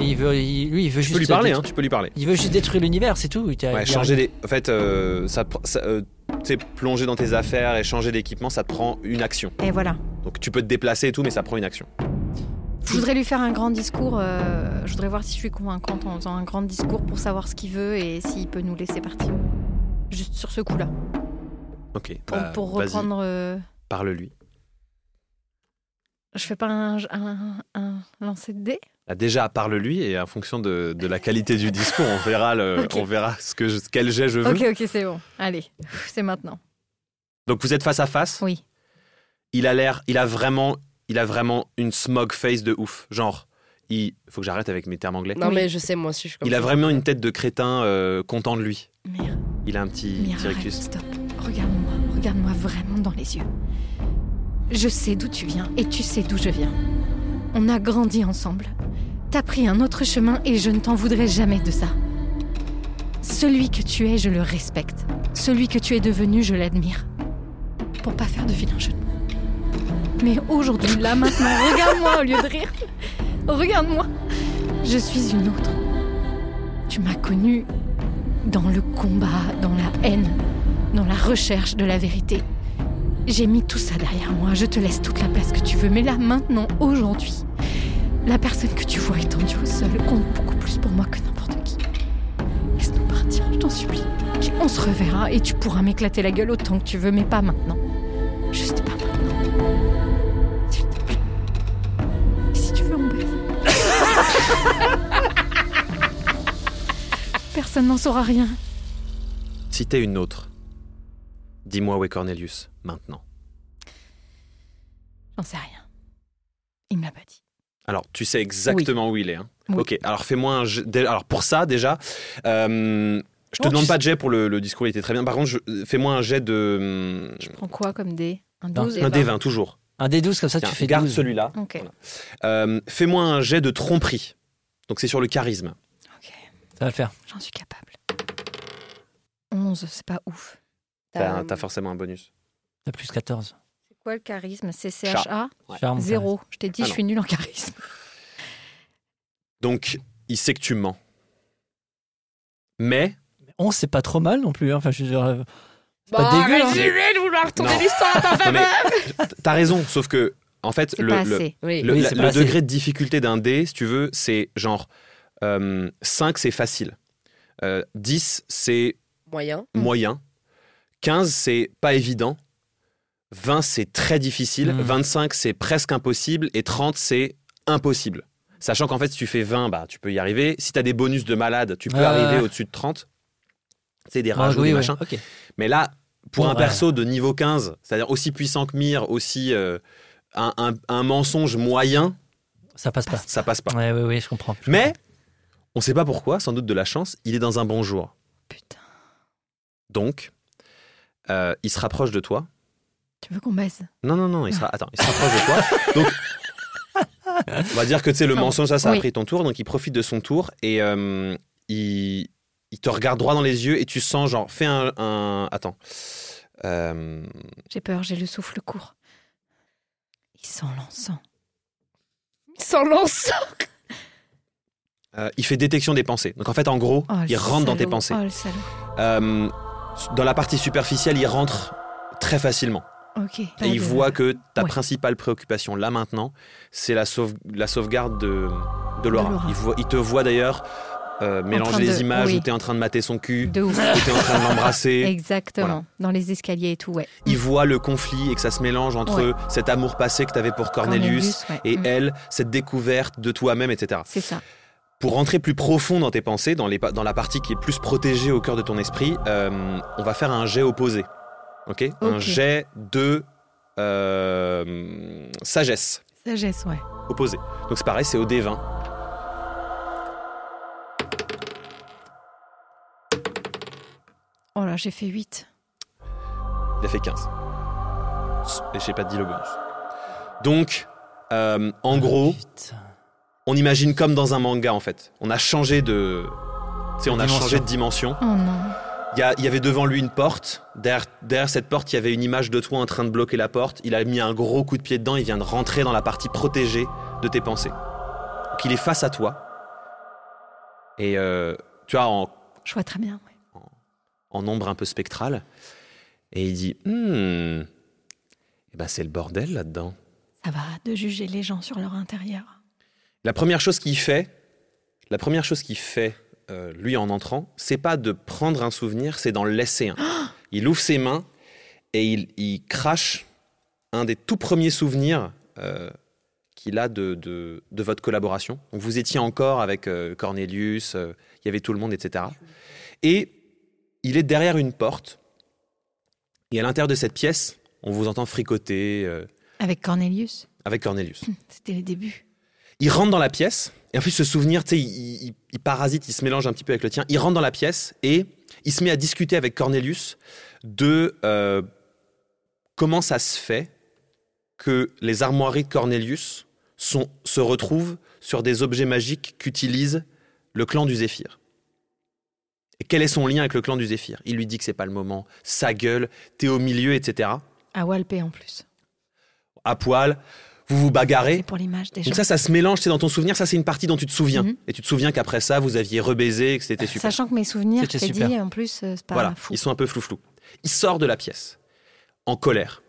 Et il veut, il- lui, il veut
Tu
juste.
peux lui parler, hein,
détruire-
tu peux lui parler.
Il veut juste détruire l'univers, c'est tout. Il t'a-
Ouais,
il a-
changer des. En fait, euh, ça, pr- ça, euh, tu sais, plonger dans tes affaires et changer d'équipement, ça te prend une action.
Et voilà.
Donc tu peux te déplacer et tout, mais ça prend une action.
Je voudrais lui faire un grand discours. euh, je voudrais voir si je suis convaincante en faisant un grand discours pour savoir ce qu'il veut et s'il peut nous laisser partir. Juste sur ce coup-là.
Ok. bah,
Pour,
Bah,
pour reprendre. euh,
Parle-lui.
je fais pas un, un, un lancer de dés
Bah, déjà, parle-lui et en fonction de, de la qualité du discours, on verra, le,
Ok.
on verra ce que je- quel jet je veux.
Ok, ok, c'est bon. Allez, Pff, c'est maintenant.
Donc vous êtes face à face.
Oui.
Il a l'air, il a vraiment, il a vraiment une smog face de ouf. Genre, il faut que j'arrête avec mes termes anglais.
Non
Oui.
mais je sais, moi aussi, je suis comme
Il a
ça.
vraiment une tête de crétin euh, content de lui.
Mire,
Il a un petit,
mire,
petit
arrête,
rictus.
stop. Regarde-moi, regarde-moi vraiment dans les yeux. Je sais d'où tu viens et tu sais d'où je viens. On a grandi ensemble. T'as pris un autre chemin et je ne t'en voudrais jamais de ça. Celui que tu es, je le respecte. Celui que tu es devenu, je l'admire. Pour pas faire de vilain jeu de mots. Mais aujourd'hui, là, maintenant, regarde-moi au lieu de rire. Regarde-moi. Je suis une autre. Tu m'as connue dans le combat, dans la haine, dans la recherche de la vérité. J'ai mis tout ça derrière moi, je te laisse toute la place que tu veux, mais là, maintenant, aujourd'hui, la personne que tu vois étendue au sol compte beaucoup plus pour moi que n'importe qui. Laisse-nous partir, je t'en supplie. J'ai- On se reverra et tu pourras m'éclater la gueule autant que tu veux, mais pas maintenant. Juste pas maintenant. S'il te plaît. Et Si tu veux, on baise. Personne n'en saura rien.
Si t'es une autre, dis-moi où est Cornelius maintenant.
J'en sais rien. Il me l'a pas dit.
Alors, tu sais exactement où il est. hein.
Oui.
Ok, alors fais-moi un. jet- dé- Alors, pour ça, déjà, euh, Je te
Non,
demande
tu
pas de jet pour le, le discours, il était très bien. Par contre, je- fais-moi un jet de. hum,
Prends quoi comme dé Un 12 et
Un
vingt.
D20, toujours.
Un des 12 comme ça,
Tiens,
Ah, tu fais
garde
12.
celui-là.
Ok.
Euh, fais-moi un jet de tromperie. Donc, c'est sur le charisme.
Ok,
Ça va le faire.
j'en suis capable. 11, c'est pas ouf.
Euh.
T'as, t'as forcément un bonus.
T'as plus 14.
C'est quoi le charisme C'est
Chat.
CHA
Ouais.
Charme,
Zéro. Je t'ai dit,
Ah
je
non.
suis nulle en charisme.
Donc, il sait que tu mens. Mais,
11, c'est pas trop mal non plus. hein. Enfin, je veux dire, euh, c'est
Bah,
pas dégueu. hein.
arrête, je vais de vouloir tourner
Non.
l'histoire à ta
Non, mais-
faveur.
t'as raison, sauf que, en fait,
C'est
le,
pas
le-
assez.
Oui.
le-
Oui,
la-
c'est pas
le
assez.
degré de difficulté d'un dé, si tu veux, c'est genre 5, c'est facile. Euh, 10, c'est
Moyen.
Mm.
moyen. 15, c'est pas évident. 20, c'est très difficile.
Mm.
25, c'est presque impossible. Et 30, c'est impossible. Sachant qu'en fait, si tu fais 20, bah, tu peux y arriver. Si tu as des bonus de malade, tu peux
Ouais, ouais,
arriver
ouais.
au-dessus de 30. C'est des
Ah,
rajouts,
oui,
des
oui,
machins.
ok.
Mais là, pour
Bon,
un
ouais.
perso de niveau 15, c'est-à-dire aussi puissant que Mire, aussi euh, un, un- un mensonge moyen,
Ça passe pas.
ça passe pas.
Ouais, ouais, ouais, je comprends. Je
Mais, on sait pas pourquoi, sans doute de la chance, il est dans un bon jour.
Putain,
Donc, euh, il se rapproche de toi.
tu veux qu'on baise
Non, non, non, il sera... Attends, il se rapproche de toi. Donc, on va dire que tu sais, le
Pardon.
mensonge, ça, ça
Oui.
a pris ton tour, donc il profite de son tour et euh, il... il te regarde droit dans les yeux et tu sens, genre, fais un. un- Attends. Euh,
J'ai peur, j'ai le souffle court. Il sent l'encens.
Sans lance.
euh, il fait détection des pensées. Donc, en fait, en gros,
Oh,
il
le
rentre dans tes
salaud.
pensées.
Oh, le salaud.
Euh, dans la partie superficielle, il rentre très facilement.
Ok.
Et il voit que ta
Ouais.
principale préoccupation là maintenant, c'est la, sauve- la sauvegarde de, de Laura.
De Laura.
Il, voit- il te voit d'ailleurs euh, mélanger
train
les
de-
images
oui.
où t'es en train de mater son cul,
De ouf.
où t'es en train de l'embrasser.
Exactement.
Voilà.
Dans les escaliers et tout, ouais.
Il voit le conflit et que ça se mélange entre cet amour passé que t'avais pour Cornelius,
Cornelius, ouais.
et
Mm.
elle, cette découverte de toi-même, etc.
C'est ça.
Pour rentrer plus profond dans tes pensées, dans, les pa- dans la partie qui est plus protégée au cœur de ton esprit, euh, on va faire un jet opposé. Ok Un
Ok.
jet de euh, sagesse.
Sagesse, ouais.
opposé. Donc c'est pareil, c'est au D20.
Oh là, j'ai fait 8.
Il a fait 15. Et j'ai pas dit le bonus. Donc, euh, en gros,
Putain.
on imagine comme dans un manga en fait. On a changé de. Tu sais, on a
Dimension.
changé de dimension.
Oh non.
Il y, a- il y avait devant lui une porte. Derrière, derrière cette porte, il y avait une image de toi en train de bloquer la porte. Il a mis un gros coup de pied dedans. Il vient de rentrer dans la partie protégée de tes pensées. Donc il est face à toi. Et euh, tu vois, en
Je vois très bien, ouais.
en ombre un peu spectrale. Et il dit Hmm, eh ben c'est le bordel là-dedans.
Ça va de juger les gens sur leur intérieur.
La première chose qu'il fait, la première chose qu'il fait, euh, lui en entrant, c'est pas de prendre un souvenir, c'est d'en laisser un. Il ouvre ses mains et il, il crache un des tout premiers souvenirs euh, qu'il a de, de, de votre collaboration. Donc vous étiez encore avec euh, Cornelius, euh, il y avait tout le monde, etc. Et il est derrière une porte. Et à l'intérieur de cette pièce, on vous entend fricoter euh,
Avec Cornelius,
avec Cornelius.
c'était les débuts.
Il rentre dans la pièce, et en plus, ce souvenir, tu sais, il, il- il parasite, il se mélange un petit peu avec le tien. Il rentre dans la pièce et il se met à discuter avec Cornelius de euh, comment ça se fait que les armoiries de Cornelius sont, se retrouvent sur des objets magiques qu'utilise le clan du Zéphyr. Et quel est son lien avec le clan du Zéphyr Il lui dit que c'est pas le moment, sa gueule, t'es au milieu, etc.
À Walpé en plus.
À poil, vous vous bagarrez.
C'est pour l'image des gens.
Donc ça, ça se mélange, c'est dans ton souvenir, ça c'est une partie dont tu te souviens.
Mhm.
Et tu te souviens qu'après ça, vous aviez rebaisé, que c'était super.
Sachant que mes souvenirs, je
C'était
t'ai
super.
dit, en plus, euh, c'est pas
voilà,
fou.
ils sont un peu flou-flou. Il sort de la pièce, en colère,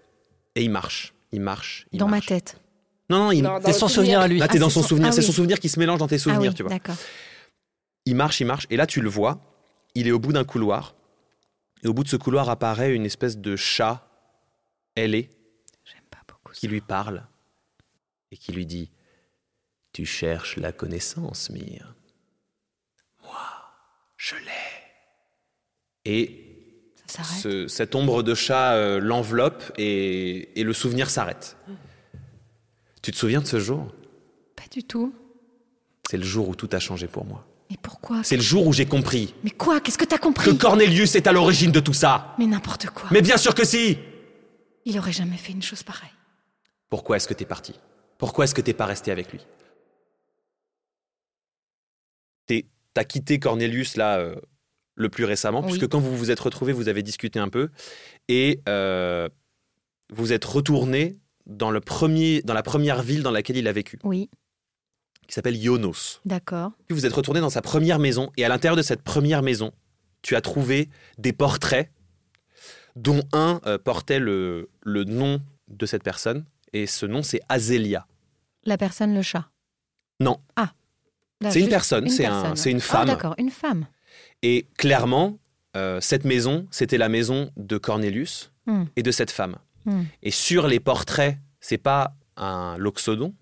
et il marche, il marche, il
Dans ma
marche.
tête.
Non, non, il...
Non, dans
C'est
le
son souvenir à lui.
là t'es
Ah,
dans
c'est
son
son-
souvenir,
ah
c'est
oui.
son souvenir qui se mélange dans tes
ah
souvenirs,
oui,
tu vois.
D'accord.
Il marche, il marche, et là tu le vois, il est au bout d'un couloir, et au bout de ce couloir apparaît une espèce de chat ailé
J'aime pas beaucoup. ça.
qui lui parle, et qui lui dit « Tu cherches la connaissance, Mire. » Je l'ai. Et
Ça s'arrête.
ce- cette ombre de chat euh, l'enveloppe et, et le souvenir s'arrête. Tu te souviens de ce jour
Pas du tout.
C'est le jour où tout a changé pour moi.
Mais pourquoi
C'est le jour où j'ai compris
Mais quoi Qu'est-ce que t'as
que
compris
Cornelius est à l'origine de tout ça.
Mais n'importe quoi.
Mais bien sûr que si
Il aurait jamais fait une chose pareille.
Pourquoi est-ce que t'es parti Pourquoi est-ce que t'es pas resté avec lui T'es- T'as quitté Cornelius là euh, le plus récemment,
Oui.
puisque quand vous vous êtes retrouvés, vous avez discuté un peu et euh, vous êtes retourné dans, le premier, dans la première ville dans laquelle il a vécu,
Oui,
qui s'appelle Ionos.
d'accord.
Puis vous êtes retourné dans sa première maison et à l'intérieur de cette première maison, tu as trouvé des portraits dont un euh, portait le, le nom de cette personne et ce nom c'est Azélia.
La personne, le chat.
Non.
Ah. Là,
C'est une
juste
personne, c'est un-
personne.
c'est
Ah,
une femme.
d'accord, une femme.
Et clairement, euh, cette maison, c'était la maison de Cornelius
Hmm.
et de cette femme.
Hmm.
Et sur les portraits, c'est pas un loxodon,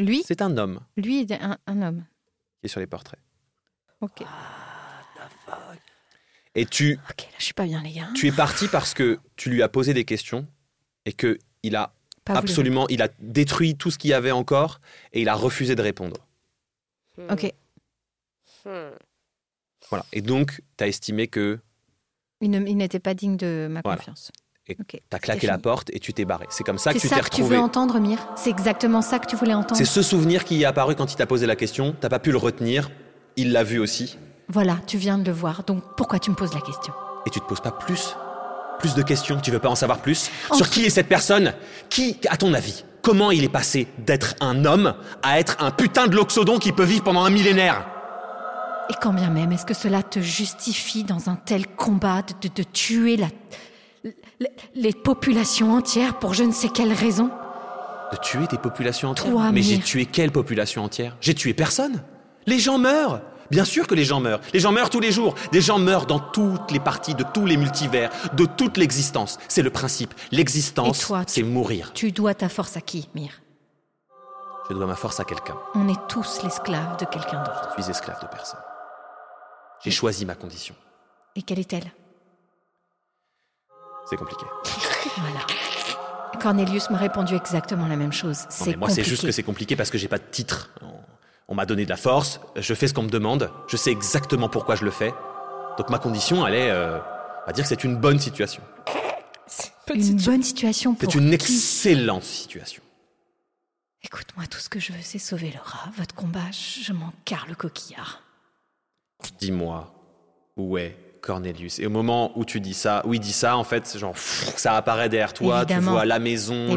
Lui,
c'est un homme
lui est un, un homme.
qui est sur les portraits.
Ok.
Et tu,
Ah, Ok, là, je suis pas bien, les gars.
tu es parti parce que tu lui as posé des questions et que il a
Pas voulu.
absolument, il a détruit tout ce qu'il y avait encore et il a refusé de répondre.
Ok.
Hmm.
Voilà. Et donc, tu as estimé que
Il ne- il n'était pas digne de ma
Voilà.
confiance.
Et
Ok.
tu as claqué
C'est
la
fini.
porte et tu t'es barré. C'est comme ça que
C'est
tu
ça
t'es
que tu
retrouvé.
veux entendre, Mire. C'est exactement ça que tu voulais entendre.
C'est ce souvenir qui est apparu quand il t'a posé la question. T'as pas pu le retenir. Il l'a vu aussi.
Voilà, tu viens de le voir, donc pourquoi tu me poses la question
Et tu te poses pas plus Plus de questions Tu veux pas en savoir plus
En-
Sur qui est cette personne Qui, à ton avis Comment il est passé d'être un homme à être un putain de loxodon qui peut vivre pendant un millénaire
Et quand bien même, est-ce que cela te justifie dans un tel combat de, de- de tuer la, les- les populations entières pour je ne sais quelle raison
De tuer des populations entières
Toi,
Mais j'ai
Mir.
tué quelle population entière J'ai tué personne Les gens meurent Bien sûr que les gens meurent. Les gens meurent tous les jours. Des gens meurent dans toutes les parties de tous les multivers, de toute l'existence. C'est le principe.
Et
L'existence,
toi, tu-
c'est mourir.
Tu dois ta force à qui, Mire
Je dois ma force à quelqu'un.
On est tous l'esclave de quelqu'un d'autre.
Je suis esclave de personne. J'ai choisi ma condition.
Et quelle est-elle
C'est compliqué.
Voilà. Cornelius m'a répondu exactement la même chose.
Non,
C'est
mais moi, c'est
compliqué.
juste que c'est compliqué parce que j'ai pas de titre. On- On m'a donné de la force, je fais ce qu'on me demande, je sais exactement pourquoi je le fais. Donc ma condition, elle est. euh, on va dire que c'est une bonne situation.
une bonne situation pour
C'est une
qui
excellente situation.
Écoute-moi, tout ce que je veux, c'est sauver Laura. Votre combat, je je m'en carre le coquillard.
Dis-moi, où est Cornelius Et au moment où tu dis ça, où il dit ça, en fait, genre, pff, ça apparaît derrière toi,
Évidemment.
tu vois la maison,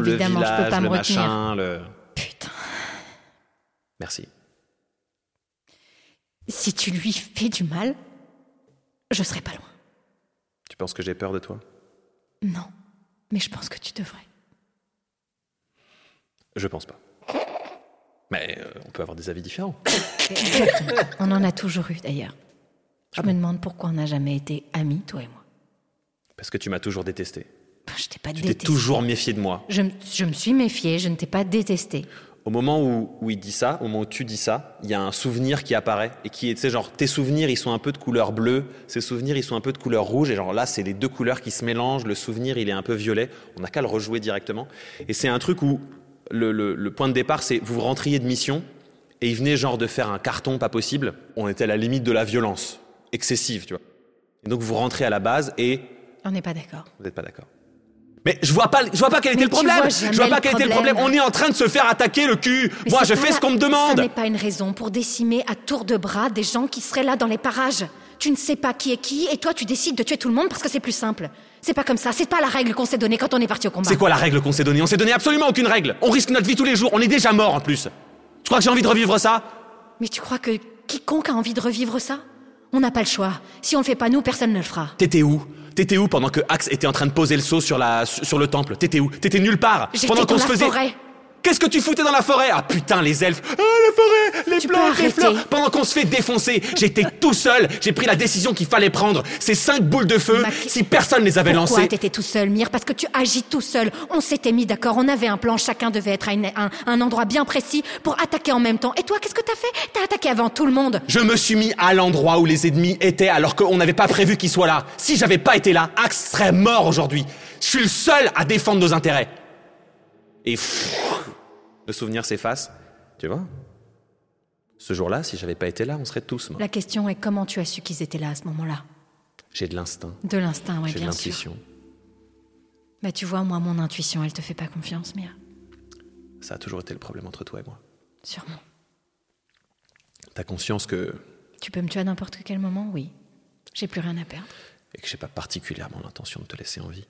Évidemment,
le
je peux
village,
pas me
le
retenir.
machin, le.
Putain.
Merci.
Si tu lui fais du mal, je serai pas loin.
Tu penses que j'ai peur de toi
Non, mais je pense que tu devrais.
Je pense pas. Mais euh, on peut avoir des avis différents.
on en a toujours eu d'ailleurs. Je
Ah
me demande pourquoi on n'a jamais été amis, toi et moi.
Parce que tu m'as toujours détesté.
Enfin, je t'ai pas
Tu t'es
détesté.
toujours méfié de moi.
Je, me- je me suis méfiée, je ne t'ai pas détesté.
Au moment où, où il dit ça, au moment où tu dis ça, il y a un souvenir qui apparaît et qui est, tu sais, genre, tes souvenirs, ils sont un peu de couleur bleue, ces souvenirs, ils sont un peu de couleur rouge, et genre là, c'est les deux couleurs qui se mélangent, le souvenir, il est un peu violet, on n'a qu'à le rejouer directement. Et c'est un truc où le, le- le point de départ, c'est vous rentriez de mission, et il venait genre de faire un carton pas possible, on était à la limite de la violence, excessive, tu vois. Et donc vous rentrez à la base et
On n'est pas d'accord.
Vous n'êtes pas d'accord. Mais je vois pas, je vois pas quel était
Mais
le
tu
problème.
vois jamais
je vois pas
le
quel était le problème. On
problème.
est en train de se faire attaquer le cul.
Mais
Moi,
c'est
je
pas
fais
la-
ce qu'on me
Ça
demande.
n'est pas une raison pour décimer à tour de bras des gens qui seraient là dans les parages. Tu ne sais pas qui est qui, et toi, tu décides de tuer tout le monde parce que c'est plus simple. C'est pas comme ça, c'est pas la règle qu'on s'est donnée quand on est parti au combat.
C'est quoi la règle qu'on s'est donnée On s'est donné absolument aucune règle. On risque notre vie tous les jours. On est déjà mort en plus. Tu crois que j'ai envie de revivre ça
Mais tu crois que quiconque a envie de revivre ça On n'a pas le choix. Si on le fait pas nous, personne ne le fera.
T'étais où T'étais où pendant que Axe était en train de poser le seau sur la sur le temple T'étais où T'étais nulle part.
J'étais
Pendant qu'on
dans
se
la
faisait.
forêt.
Qu'est-ce que tu foutais dans la forêt Ah putain, les elfes Ah, la forêt Les
Tu peux
plantes, les
arrêter.
fleurs Pendant qu'on se fait défoncer, j'étais tout seul, j'ai pris la décision qu'il fallait prendre. Ces cinq boules de feu,
Ma-
si personne les avait
Pourquoi
lancées.
t'étais tout seul, Mire Parce que tu agis tout seul. On s'était mis d'accord, on avait un plan, chacun devait être à une- un, un endroit bien précis pour attaquer en même temps. Et toi, qu'est-ce que t'as fait T'as attaqué avant tout le monde.
Je me suis mis à l'endroit où les ennemis étaient alors qu'on n'avait pas prévu qu'ils soient là. Si j'avais pas été là, Axe serait mort aujourd'hui. Je suis le seul à défendre nos intérêts. Et pfff, le souvenir s'efface. Tu vois Ce jour-là, si j'avais pas été là, on serait tous morts.
La question est comment tu as su qu'ils étaient là à ce moment-là
J'ai de l'instinct,
De l'instinct, oui,
j'ai de
bien sûr.
l'intuition.
Bah, tu vois, moi, mon intuition, elle te fait pas confiance, Mia.
Ça a toujours été le problème entre toi et moi.
Sûrement.
T'as conscience que
Tu peux me tuer à n'importe quel moment, oui. J'ai plus rien à perdre.
et que j'ai pas particulièrement l'intention de te laisser en vie.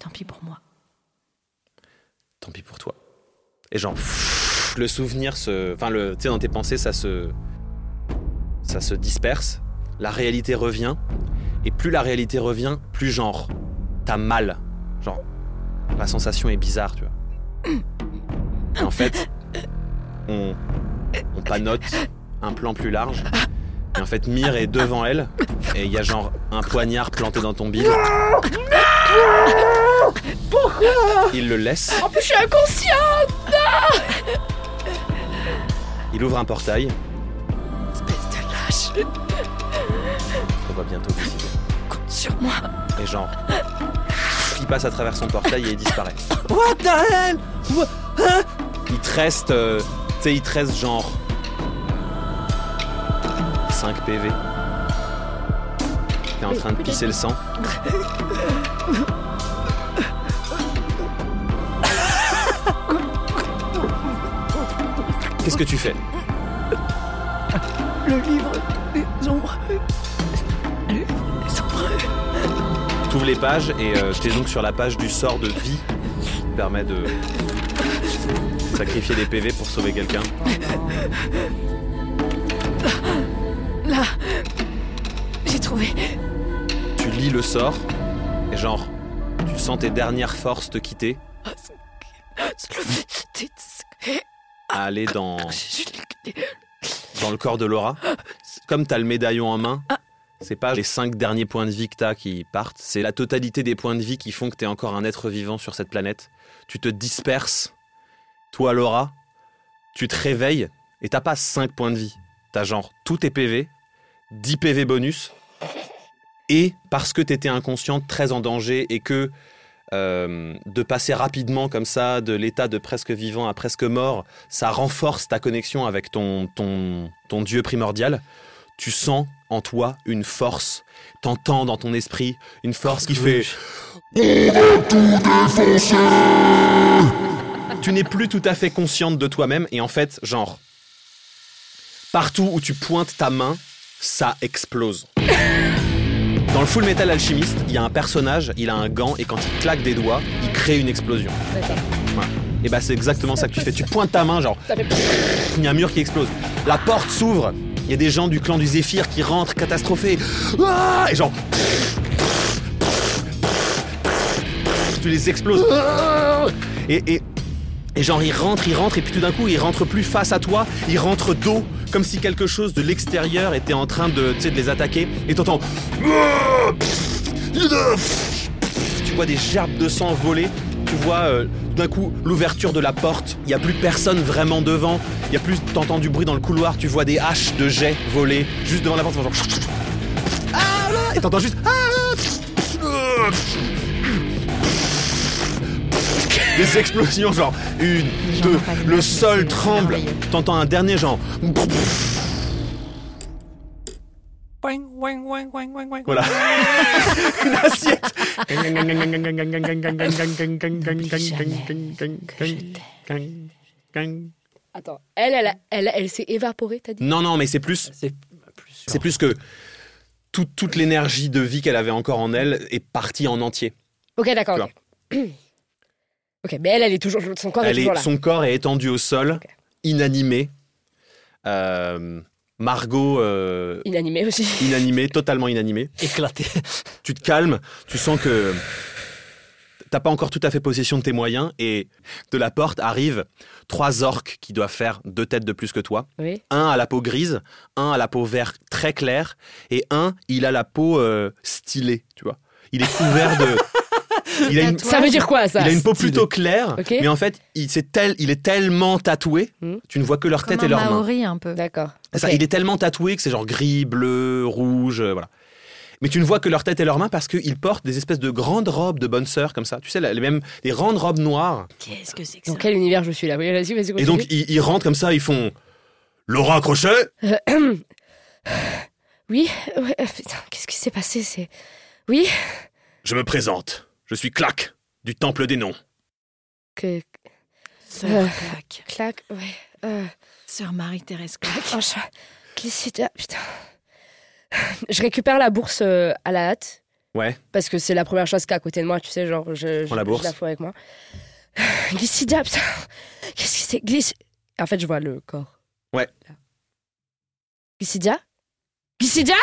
Tant pis pour moi.
Tant pis pour toi. Et genre pff, le souvenir se enfin le tu sais dans tes pensées ça se ça se disperse, la réalité revient et plus la réalité revient, plus genre t'as mal. Genre la sensation est bizarre, tu vois. Et en fait, on on panote un plan plus large. Et en fait, Mire est devant elle et il y a genre un poignard planté dans ton bide. Il le laisse.
En plus, je suis inconscient
Il ouvre un portail. Espèce de lâche. On va bientôt décider.
Sur moi
Et genre. Il passe à travers son portail et il disparaît.
What the hell
Il te reste. euh, tu sais, il te reste genre. 5 PV. T'es en train de pisser le sang. Qu'est-ce que tu fais
Le livre des ombres. Le livre des ombres.
T'ouvres les pages et euh, t'es donc sur la page du sort de vie qui te permet de sacrifier des PV pour sauver quelqu'un.
Là, j'ai trouvé.
Tu lis le sort et genre tu sens tes dernières forces te quitter, à aller dans dans le corps de Laura. Comme t'as le médaillon en main, c'est pas les cinq derniers points de vie que t'as qui partent, c'est la totalité des points de vie qui font que t'es encore un être vivant sur cette planète. Tu te disperses, toi Laura, tu te réveilles et t'as pas 5 points de vie. T'as genre tous tes PV, 10 PV bonus, et parce que t'étais inconsciente, très en danger, et que euh, de passer rapidement comme ça de l'état de presque vivant à presque mort, ça renforce ta connexion avec ton, ton, ton dieu primordial. Tu sens en toi une force, t'entends dans ton esprit une force qui fait. Tu n'es plus tout à fait consciente de toi-même et en fait, genre, partout où tu pointes ta main, ça explose. Dans le Full Metal Alchimiste, il y a un personnage, il a un gant et quand il claque des doigts, il crée une explosion. Et bah c'est exactement ça que tu fais. Tu pointes ta main, genre,
Ça fait pfff,
il y a un mur qui explose. La porte s'ouvre. Il y a des gens du clan du Zéphyr qui rentrent catastrophés. Ah et genre. Tu les exploses. Ah Et, et, et genre, ils rentrent, ils rentrent, et puis tout d'un coup, ils rentrent plus face à toi, ils rentrent dos, comme si quelque chose de l'extérieur était en train de, tu sais, de les attaquer. Et t'entends. Ah Tu vois des gerbes de sang voler. Tu vois euh, tout d'un coup l'ouverture de la porte. Il n'y a plus personne vraiment devant. Il y a plus t'entends du bruit dans le couloir. Tu vois des haches de jet voler juste devant la porte. Genre, Ah là et t'entends juste. Ah là des explosions genre une,
J'en
deux.
ai pas
Le
d'image, mais
sol
c'est
tremble.
merveilleux.
T'entends un dernier genre.
Boing, boing, boing, boing, boing, boing.
Voilà. Une assiette.
Attends, elle, elle, a- elle, elle s'est évaporée, t'as dit
Non non mais c'est plus
C'est plus sûr.
c'est plus que tout- toute l'énergie de vie qu'elle avait encore en elle est partie en entier.
Ok, d'accord.
Tu
Ok. Ok, mais elle, elle est toujours. Son corps est
Elle
toujours
est,
là.
son corps est étendu au sol,
Ok.
inanimé. Euh, Margot, euh,
Inanimée aussi.
inanimée, totalement inanimée.
éclaté.
Tu te calmes, tu sens que t'as pas encore tout à fait possession de tes moyens et de la porte arrivent trois orques qui doivent faire deux têtes de plus que toi.
Oui.
Un à la peau grise, un à la peau vert très claire et un il a la peau euh, stylée, tu vois. Il est couvert de. Il a une,
Ça veut dire quoi, ça
il a une peau plutôt claire,
Ok.
mais en fait, il, c'est tel, il est tellement tatoué,
Hmm.
tu ne vois que leur
Comme
tête et
un
leurs mains.
Maori, un peu.
D'accord.
C'est ça,
Ok.
il est tellement tatoué que c'est genre gris, bleu, rouge, euh, voilà. Mais tu ne vois que leur tête et leurs mains parce qu'ils portent des espèces de grandes robes de bonnes sœurs comme ça. Tu sais, la- les mêmes, des grandes robes noires.
Qu'est-ce que c'est que
Dans quel univers je suis là Oui, vas-y, vas-y,
Et
continue.
donc, ils, ils rentrent comme ça, ils font Laura Crochet
Oui, ouais, euh, putain, qu'est-ce qui s'est passé C'est. Oui,
Je me présente. Je suis Clac, du Temple des Noms.
que.
Sœur
Euh.
Claque.
Clac, ouais. Euh,
Sœur Marie-Thérèse Claque.
oh, je... Glycida, Ah, putain. Je récupère la bourse euh, à la hâte.
Ouais.
Parce que c'est la première chose qui est à côté de moi, tu sais, genre, je, je,
Prends la
je
bourse.
la fous avec moi. Glycidia, putain. Qu'est-ce qui c'est Glyc... En fait, je vois le corps.
Ouais.
Là. Glycidia Glycidia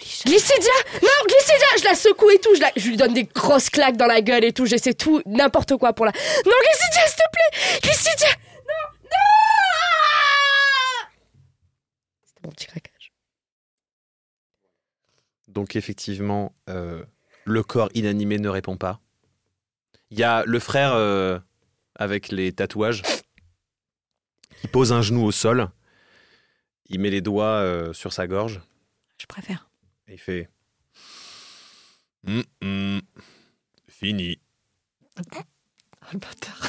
Glycidia Non, Glycidia Je la secoue et tout, je, la- je lui donne des grosses claques dans la gueule et tout, j'essaie tout, n'importe quoi pour la... Non, Glycidia, s'il te plaît Glycidia Non Non C'était mon petit craquage.
Donc effectivement, euh, le corps inanimé ne répond pas. Il y a le frère euh, avec les tatouages qui pose un genou au sol. Il met les doigts euh, sur sa gorge
Je préfère.
et il fait Hum, hum, fini.
Ah, le bâtard.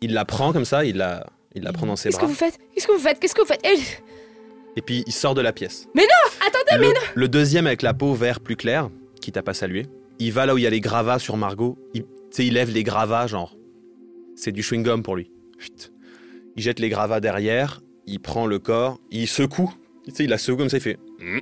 Il la prend comme ça, il la, il la prend dans ses
Qu'est-ce que
bras
vous faites Qu'est-ce que vous faites Qu'est-ce que vous faites Eh,
et puis il sort de la pièce.
Attendez,
le, le deuxième avec la peau vert plus claire, qui t'a pas salué, il va là où il y a les gravats sur Margot. Il, tu sais, il lève les gravats, genre. C'est du chewing-gum pour lui. Chut. Il jette les gravats derrière, il prend le corps, il secoue. Tu sais, il la secoue comme ça, il fait. Hmm.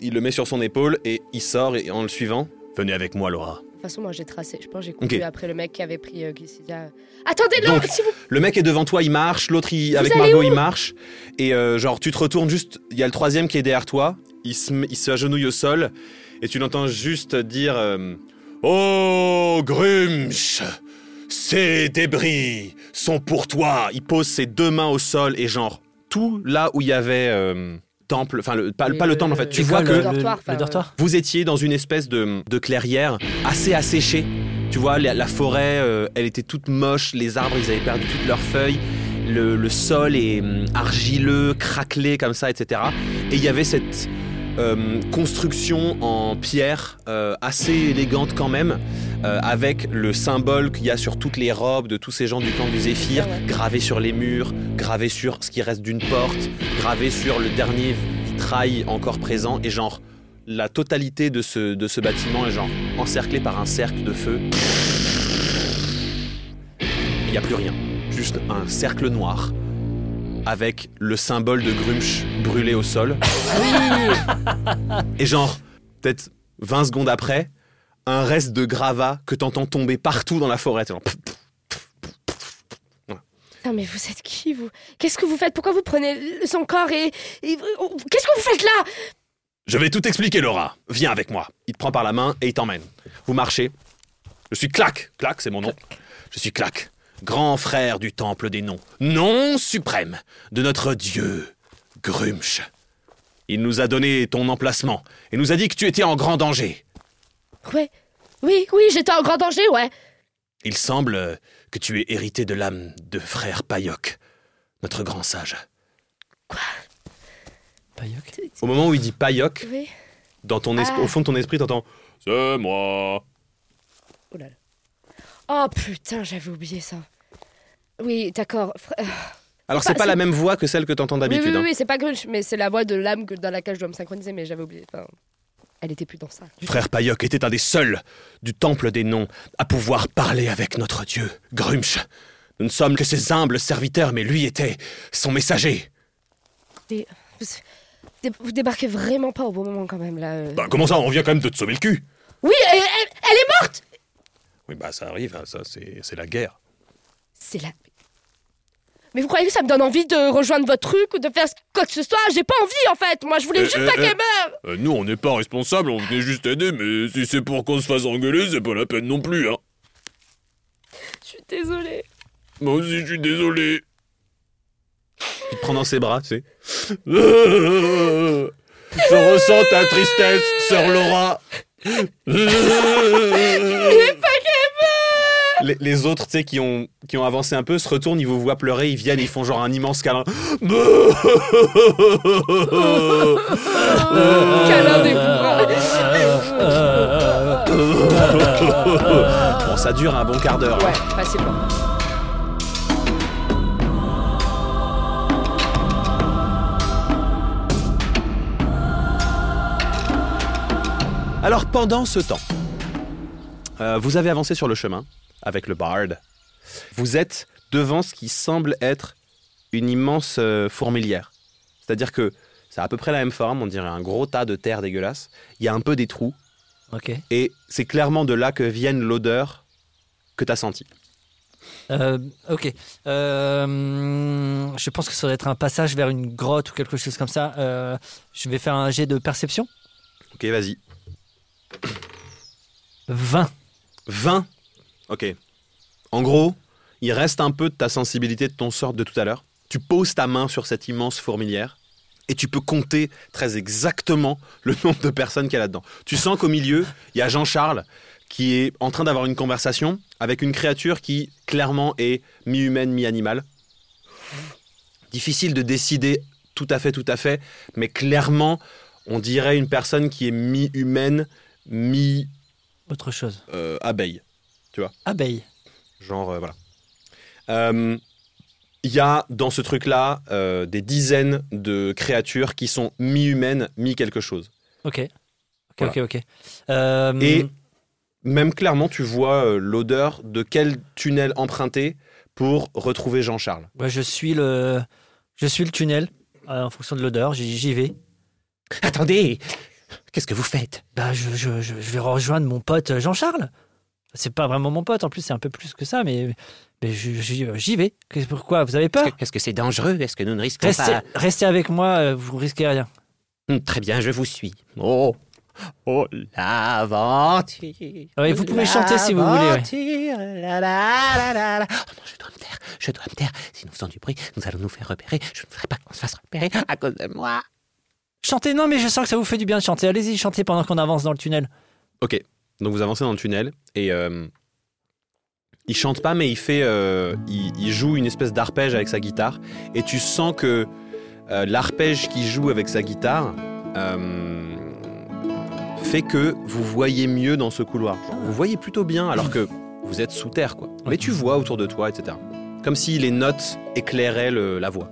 Il le met sur son épaule et il sort et en le suivant. Venez avec moi, Laura.
De toute façon, moi j'ai tracé. Je pense que j'ai couru
Ok.
après le mec qui avait pris euh, Glycidia. Attendez, non,
Donc,
si vous.
Le mec est devant toi, il marche, l'autre il-
Vous
avec
allez
Margot il marche, et euh, genre tu te retournes juste, il y a le troisième qui est derrière toi, il se, met- il se agenouille au sol, et tu l'entends juste dire euh, Oh Grumsh, ces débris sont pour toi. Il pose ses deux mains au sol et genre tout là où il y avait euh, temple, enfin le- pas, pas le temple en fait, tu
Et
vois
le-
que
le,
dortoir, enfin,
le dortoir
vous étiez dans une espèce de, de clairière assez asséchée. Tu vois, la, la forêt, euh, elle était toute moche, les arbres, ils avaient perdu toutes leurs feuilles, le, le sol est hum, argileux, craquelé comme ça, etc. Et il y avait cette euh, construction en pierre euh, assez élégante quand même, euh, avec le symbole qu'il y a sur toutes les robes de tous ces gens du camp du Zéphyr,
Ouais, ouais.
gravé sur les murs, gravé sur ce qui reste d'une porte, gravé sur le dernier vitrail encore présent, et genre la totalité de ce, de ce bâtiment est genre encerclée par un cercle de feu. Il n'y a plus rien, juste un cercle noir avec le symbole de Grumsch brûlé au sol. Et genre, peut-être 20 secondes après, un reste de gravat que t'entends tomber partout dans la forêt. T'es genre, pff, pff.
Putain, mais vous êtes qui vous Qu'est-ce que vous faites Pourquoi vous prenez le- son corps et. et- oh, Qu'est-ce que vous faites là
Je vais tout expliquer, Laura. Viens avec moi. Il te prend par la main et il t'emmène. Vous marchez. Je suis Clac. Clac, c'est mon nom. Je suis Clac, grand frère du temple des noms, nom suprême de notre dieu Grumsch. Il nous a donné ton emplacement et nous a dit que tu étais en grand danger.
Ouais. Oui, oui, j'étais en grand danger, ouais.
Il semble euh, que tu aies hérité de l'âme de frère Payoc, notre grand sage.
Payoc
Au moment où il dit Payoc,
Oui.
dans ton esp-
Ah.
au fond de ton esprit, t'entends C'est moi
Oh là là. Oh putain, j'avais oublié ça. Oui, d'accord. Fr- euh,
Alors, c'est
Pas-
pas la
c'est-
même voix que celle que t'entends
Oui,
d'habitude.
oui, oui,
hein.
oui, c'est pas Grunch, mais c'est la voix de l'âme que- dans laquelle je dois me synchroniser, mais j'avais oublié. Enfin, elle était plus dans ça.
Frère Payoc était un des seuls du temple des noms à pouvoir parler avec notre dieu, Grumsh. Nous ne sommes que ses humbles serviteurs, mais lui était son messager.
Dé- vous débarquez vraiment pas au bon moment quand même là. euh.
Bah, comment ça On vient quand même de te sauver le cul
Oui, elle, elle- elle est morte
Oui, bah, ça arrive, hein, ça, c'est c'est la guerre.
C'est la. Mais vous croyez que ça me donne envie de rejoindre votre truc ou de faire quoi que ce soit J'ai pas envie en fait Moi je voulais
Euh,
juste
euh,
pas
euh.
qu'elle meure
Euh, nous, on n'est pas responsable, on venait juste aider, mais si c'est pour qu'on se fasse engueuler, c'est pas la peine non plus, hein.
Je suis désolée.
Moi aussi, je suis désolé. Il te prend dans ses bras, tu sais. Je ressens ta tristesse, sœur Laura. les, les autres, tu sais, qui ont, qui ont avancé un peu, se retournent, ils vous voient pleurer, ils viennent, ils font genre un immense câlin.
Câlin des bourrins.
Bon, ça dure un bon quart d'heure. hein.
Ouais, facilement.
Alors pendant ce temps, euh, vous avez avancé sur le chemin avec le bard. Vous êtes devant ce qui semble être une immense euh, fourmilière. C'est-à-dire que ça a à peu près la même forme, on dirait un gros tas de terre dégueulasse. Il y a un peu des trous
Ok.
et c'est clairement de là que vienne l'odeur que t'as sentie.
Euh, ok. Euh, je pense que ça doit être un passage vers une grotte ou quelque chose comme ça. Euh, je vais faire un jet de perception.
Ok, vas-y.
20.
20 Ok. En gros, il reste un peu de ta sensibilité de ton sort de tout à l'heure. Tu poses ta main sur cette immense fourmilière et tu peux compter très exactement le nombre de personnes qu'il y a là-dedans. Tu sens qu'au milieu, il y a Jean-Charles qui est en train d'avoir une conversation avec une créature qui, clairement, est mi-humaine, mi-animale. Difficile de décider tout à fait, tout à fait, mais clairement, on dirait une personne qui est mi-humaine, euh, mi-abeille.
Autre chose. Abeille.
Genre, euh, voilà. Euh, Il y a dans ce truc-là euh, des dizaines de créatures qui sont mi-humaines, mi-quelque chose.
Ok. Ok,
Voilà.
ok, ok. Euh,
Et même clairement, tu vois euh, l'odeur de quel tunnel emprunter pour retrouver Jean-Charles.
ouais, je, suis le, je suis le tunnel euh, en fonction de l'odeur. J'y j'y vais.
Attendez Qu'est-ce que vous faites
Bah, je, je- je- je vais rejoindre mon pote euh, Jean-Charles. C'est pas vraiment mon pote, en plus, c'est un peu plus que ça, mais, mais je- je- j'y vais. Qu'est- Pourquoi Vous avez peur
Est-ce que- Est-ce que c'est dangereux Est-ce que nous ne risquons
restez,
pas
restez avec moi, euh, vous risquez rien.
Hum, Très bien, je vous suis. Oh Oh, l'aventure
Oui, vous pouvez chanter si vous voulez, oui.
L'aventure, la, la, la, la, la. Oh non, je dois me taire, je dois me taire. Si nous faisons du bruit, nous allons nous faire repérer. Je ne voudrais pas qu'on se fasse repérer à cause de moi.
Chantez, non, mais je sens que ça vous fait du bien de chanter. Allez-y, chantez pendant qu'on avance dans le tunnel.
Ok, donc vous avancez dans le tunnel et euh, il chante pas, mais il fait, euh, il, il joue une espèce d'arpège avec sa guitare et tu sens que euh, l'arpège qu'il joue avec sa guitare euh, fait que vous voyez mieux dans ce couloir. Genre, vous voyez plutôt bien alors que vous êtes sous terre, quoi. Mais tu vois autour de toi, etc. Comme si les notes éclairaient le- la voie.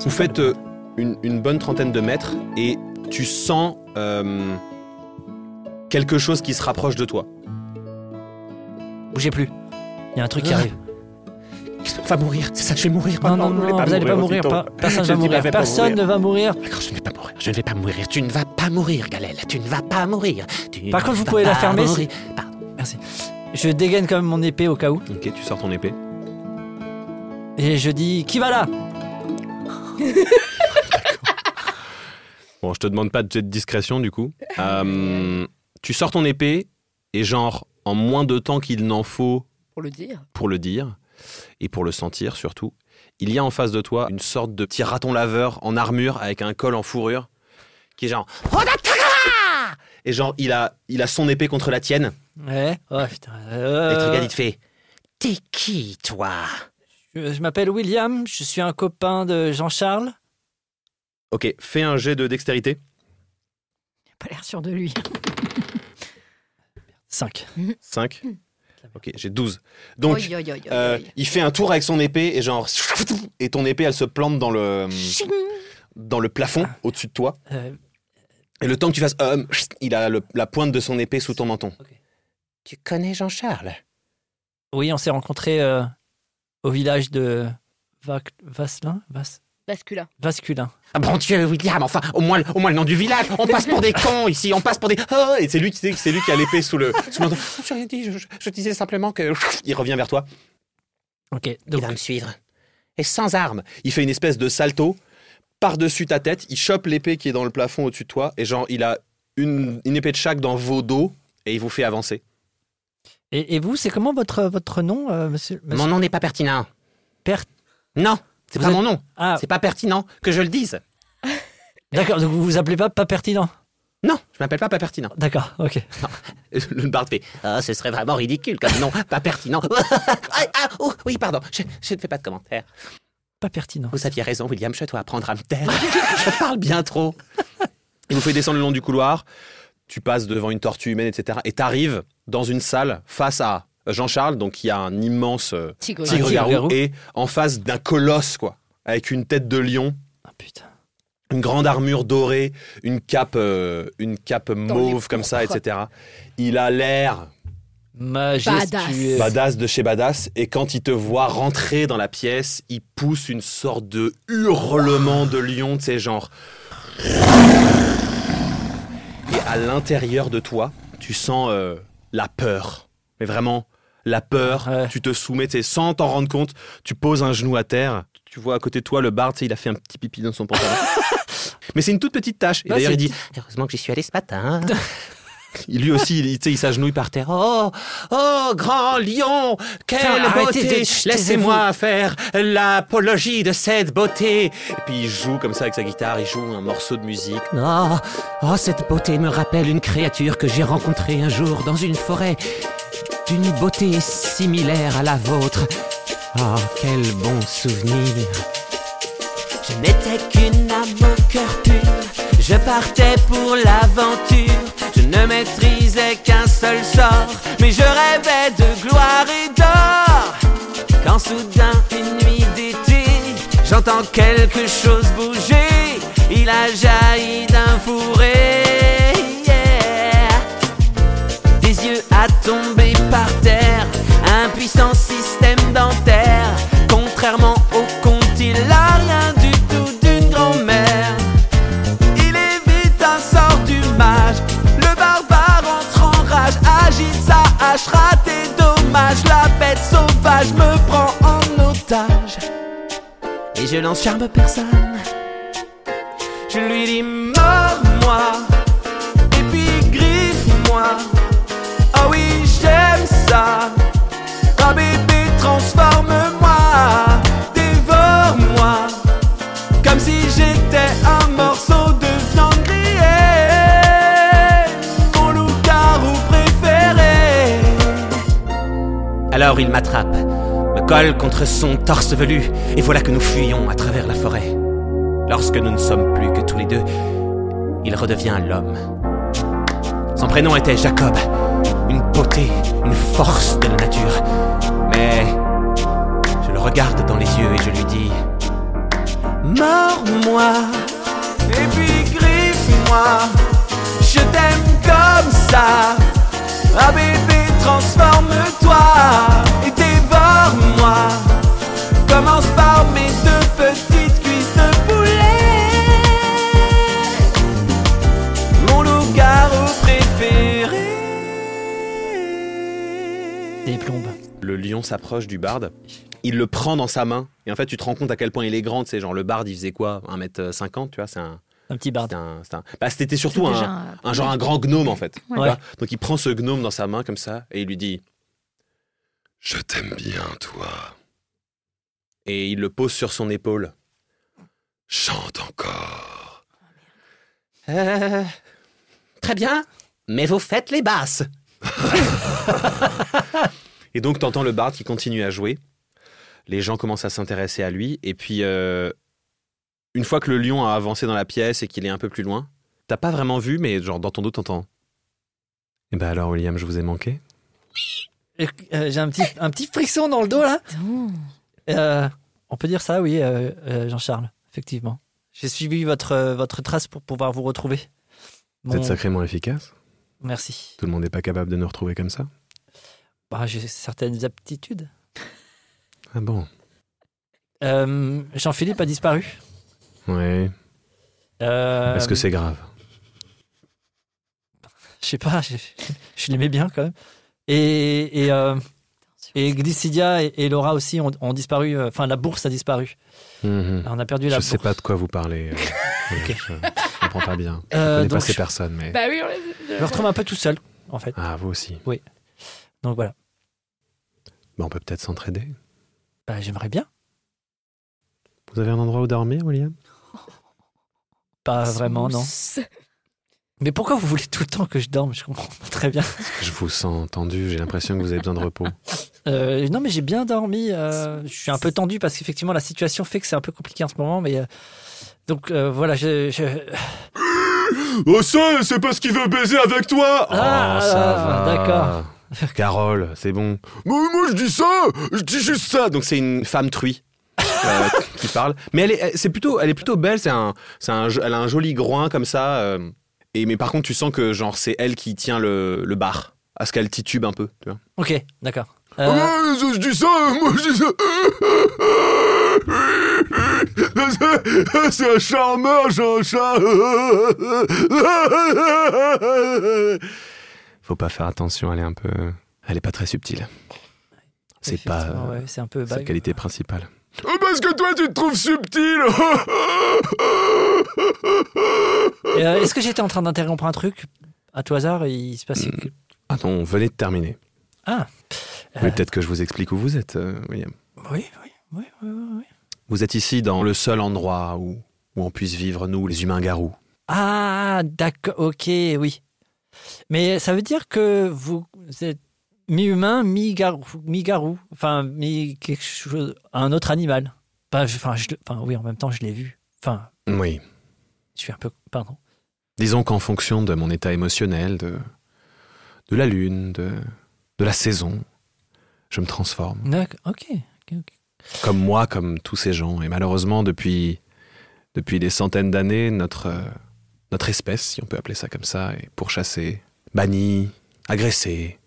Vous faites euh, une, une bonne trentaine de mètres et tu sens euh, quelque chose qui se rapproche de toi.
Bougez plus. Il y a un truc qui
Ah.
arrive.
On va mourir, c'est ça, je vais mourir.
Non,
Oh
non,
je vais
non, vous n'allez pas mourir.
aussitôt.
pas- personne
Je
va
dis,
mourir.
je vais pas
Personne ne va mourir.
D'accord, je ne vais pas mourir, je ne vais pas mourir. Tu ne vas pas mourir, Galel, tu ne vas pas mourir. Tu
Par
ne
contre, vous
vas
pouvez la
pas
fermer,
mourir. Pardon.
Je dégaine quand même mon épée au cas où.
Ok, tu sors ton épée.
Et je dis Qui va là
Bon, je te demande pas de jet de discrétion du coup. Euh, tu sors ton épée et genre en moins de temps qu'il n'en faut
Pour le dire.
pour le dire et pour le sentir surtout, il y a en face de toi une sorte de petit raton laveur en armure avec un col en fourrure qui est genre Odatara et genre il a il a son épée contre la tienne.
Ouais. Oh putain.
Et
Euh,
Trugan, il te fait T'es qui, toi
je je m'appelle William, je suis un copain de Jean-Charles.
Ok, fais un jet de dextérité.
Pas l'air sûr de lui.
5.
5. Ok, j'ai 12. Donc
Oi, oi, oi, oi,
Euh,
oi.
il fait un tour avec son épée et genre et ton épée elle se plante dans le
Ching.
dans le plafond au-dessus de toi
Euh,
et le temps que tu fasses hum, il a le- la pointe de son épée sous ton menton.
Tu connais Jean-Charles
oui, on s'est rencontrés euh, au village de Vac- Vaslin Vas-
Basculin.
Vasculin.
Ah bon Dieu, William, enfin, au moins, au moins le nom du village. On passe pour des cons ici, on passe pour des.
Ah, et c'est lui qui c'est lui qui a l'épée sous le sous le menton. J'ai rien dit, je, je- je disais simplement que il revient vers toi.
Ok,
Il
donc
va me suivre. Et sans armes.
Il fait une espèce de salto par-dessus ta tête, il chope l'épée qui est dans le plafond au-dessus de toi et genre il a une, une épée de chaque dans vos dos et il vous fait avancer.
Et, et vous, c'est comment votre, votre nom, euh, monsieur, monsieur
Mon nom n'est pas pertinent.
Pert-
Non, c'est
Vous
pas
êtes-
mon nom.
Ah,
C'est pas pertinent que je le dise.
d'accord, donc vous vous appelez pas pas pertinent.
Non, je m'appelle pas pas pertinent.
D'accord, ok.
Euh, Le bard fait Ah, ce serait vraiment ridicule comme nom, pas pertinent. ah, ah, oh, oui, pardon, je, je ne fais pas de commentaires.
Pas pertinent.
Vous aviez raison, William, je dois apprendre à me taire. je parle bien trop.
Il vous fait descendre le long du couloir, tu passes devant une tortue humaine, etc. Et t'arrives dans une salle face à Jean-Charles, donc qui a un immense euh,
Tigre.
tigre-garou,
tigre-garou.
et en face d'un colosse, quoi, avec une tête de lion
Ah putain.
une grande armure dorée, une cape, euh, une cape mauve comme ça,
pourpres.
etc. Il a l'air
Majestueux.
badass de chez badass et quand il te voit rentrer dans la pièce, il pousse une sorte de hurlement de lion, de ces genres. Et à l'intérieur de toi, tu sens euh, la peur. Mais vraiment, la peur.
Ouais.
Tu te soumets, tu sais, sans t'en rendre compte, tu poses un genou à terre. Tu vois à côté de toi le bard, tu sais, il a fait un petit pipi dans son pantalon. Mais c'est une toute petite tâche. Et
Ouais,
d'ailleurs,
c'est
il dit,
Heureusement que j'y suis allé ce matin.
lui aussi, il, tu sais, il s'agenouille par terre.
Oh, oh, grand lion, quelle
Enfin, arrêtez
beauté
de- chut,
Laissez-moi faire l'apologie de cette beauté.
Et puis il joue comme ça avec sa guitare, il joue un morceau de musique.
Oh, oh, cette beauté me rappelle une créature que j'ai rencontrée un jour dans une forêt d'une beauté similaire à la vôtre. Oh, quel bon souvenir. Je n'étais qu'une âme au cœur pur. Je partais pour l'aventure. Je ne maîtrisais qu'un seul sort, mais je rêvais de gloire et d'or. Quand soudain, une nuit d'été, j'entends quelque chose bouger. Il a jailli d'un fourré. yeah. Des yeux à tomber par terre, un puissant système dentaire. Contrairement au conte, il a rien du tout d'une grand-mère. Il évite un sort du mage. Le barbare entre en rage, agite sa hache, raté dommage. La bête sauvage me prend en otage. Et je lance charme personne. Je lui dis mord-moi, et puis griffe-moi. Oh oui, j'aime ça. Ah bébé, transforme-moi, dévore-moi comme si j'étais un morceau de viande grillée, mon loup-garou préféré. Alors il m'attrape, me colle contre son torse velu, et voilà que nous fuyons à travers la forêt. Lorsque nous ne sommes plus que tous les deux, il redevient l'homme. Son prénom était Jacob, une beauté, une force de la nature. Mais je le regarde dans les yeux et je lui dis Mords-moi et puis griffe-moi. Je t'aime comme ça. Ah bébé, transforme-toi et dévore-moi. Commence par mes deux petites cuisses de poulet. Mon loup-garou préféré.
Des plombes.
Le lion s'approche du barde, il le prend dans sa main, et en fait, tu te rends compte à quel point il est grand. Tu sais, genre, le barde, il faisait quoi 1m50, tu vois C'est un.
Un petit bard.
c'était un- c'était un- Bah, c'était surtout
C'est déjà
un, un genre un grand gnome, en fait. tu
Ouais.
vois. Donc, il prend ce gnome dans sa main, comme ça, et il lui dit Je t'aime bien, toi. Et il le pose sur son épaule. Chante encore.
Euh, très bien, mais vous faites les basses.
Et donc, t'entends le barde qui continue à jouer. Les gens commencent à s'intéresser à lui. Et puis, euh, une fois que le lion a avancé dans la pièce et qu'il est un peu plus loin, t'as pas vraiment vu, mais genre dans ton dos, t'entends. Eh ben alors, William, je vous ai manqué.
Euh, J'ai un petit, un petit frisson dans le dos là. Euh, on peut dire ça, oui, euh, euh, Jean-Charles, effectivement. J'ai suivi votre, euh, votre trace pour pouvoir vous retrouver.
Vous
Mon-
êtes sacrément efficace.
Merci.
Tout le monde n'est pas capable de nous retrouver comme ça.
Bah, J'ai certaines aptitudes.
Ah bon
Euh, Jean-Philippe a disparu.
Ouais.
Euh,
Est-ce que c'est grave
Je sais pas, je, je l'aimais bien quand même. Et, et, euh, et Glycidia et, et Laura aussi ont, ont disparu. euh, Enfin, la bourse a disparu.
Mhm.
On a perdu la
Je
bourse.
sais pas de quoi vous parlez. euh, voilà, Je je comprends pas bien. Je
Euh,
connais pas
donc,
ces
je-
personnes, mais.
Bah oui, on l'a-
Je me retrouve un peu tout seul, en fait.
Ah, vous aussi.
Donc voilà.
Bah, on peut peut-être s'entraider.
Bah, J'aimerais bien.
Vous avez un endroit où dormir, William
Pas
Oh
vraiment, non.
Smooth.
Mais pourquoi vous voulez tout le temps que je dorme Je comprends pas très bien.
Je vous sens tendu, j'ai l'impression que vous avez besoin de repos.
Euh, non, mais j'ai bien dormi. euh, je suis un peu tendu parce qu'effectivement, la situation fait que c'est un peu compliqué en ce moment. Mais euh, donc euh, voilà, je, je-
Oh ça, c'est parce qu'il veut baiser avec toi
Ah,
Oh, ça va.
d'accord.
Carole, c'est bon. Mais moi, je dis ça Je dis juste ça Donc c'est une femme truie. euh, qui parle. Mais elle est, elle- c'est plutôt, elle est plutôt belle. C'est un, c'est un, jo- elle a un joli groin comme ça. euh, et mais par contre, tu sens que genre c'est elle qui tient le, le bar, à ce qu'elle titube un peu. Tu vois.
Ok, d'accord. Euh,
je dis Ah, ça, moi je dis ça. C'est un charmeur, j'ai un chat. Faut pas faire attention, elle est un peu, elle est pas très subtile. C'est pas
effectivement,
euh,
ouais, c'est un peu
sa
vague.
qualité principale.
Parce que toi, tu te trouves subtil
Et, euh, Est-ce que j'étais en train d'interrompre un truc à tout hasard Il se
Mm.
passe.
Attends, on venait de terminer.
Ah.
Mais
Euh.
peut-être que je vous explique où vous êtes, euh, William.
Oui, oui, oui, oui, oui.
Vous êtes ici dans le seul endroit où, où on puisse vivre, nous, les humains garous.
Ah, d'accord, ok, oui. Mais ça veut dire que vous êtes mi-humain, mi-garou, mi-garou, enfin, mi quelque chose, un autre animal. Enfin, je- enfin, je- enfin, oui, en même temps, je l'ai vu. Enfin,
Oui.
je suis un peu, pardon.
Disons qu'en fonction de mon état émotionnel, de, de la lune, de, de la saison, je me transforme.
D'accord, ok. ok, ok.
Comme moi, comme tous ces gens. Et malheureusement, depuis, depuis des centaines d'années, notre, euh, notre espèce, si on peut appeler ça comme ça, est pourchassée, bannie, agressée.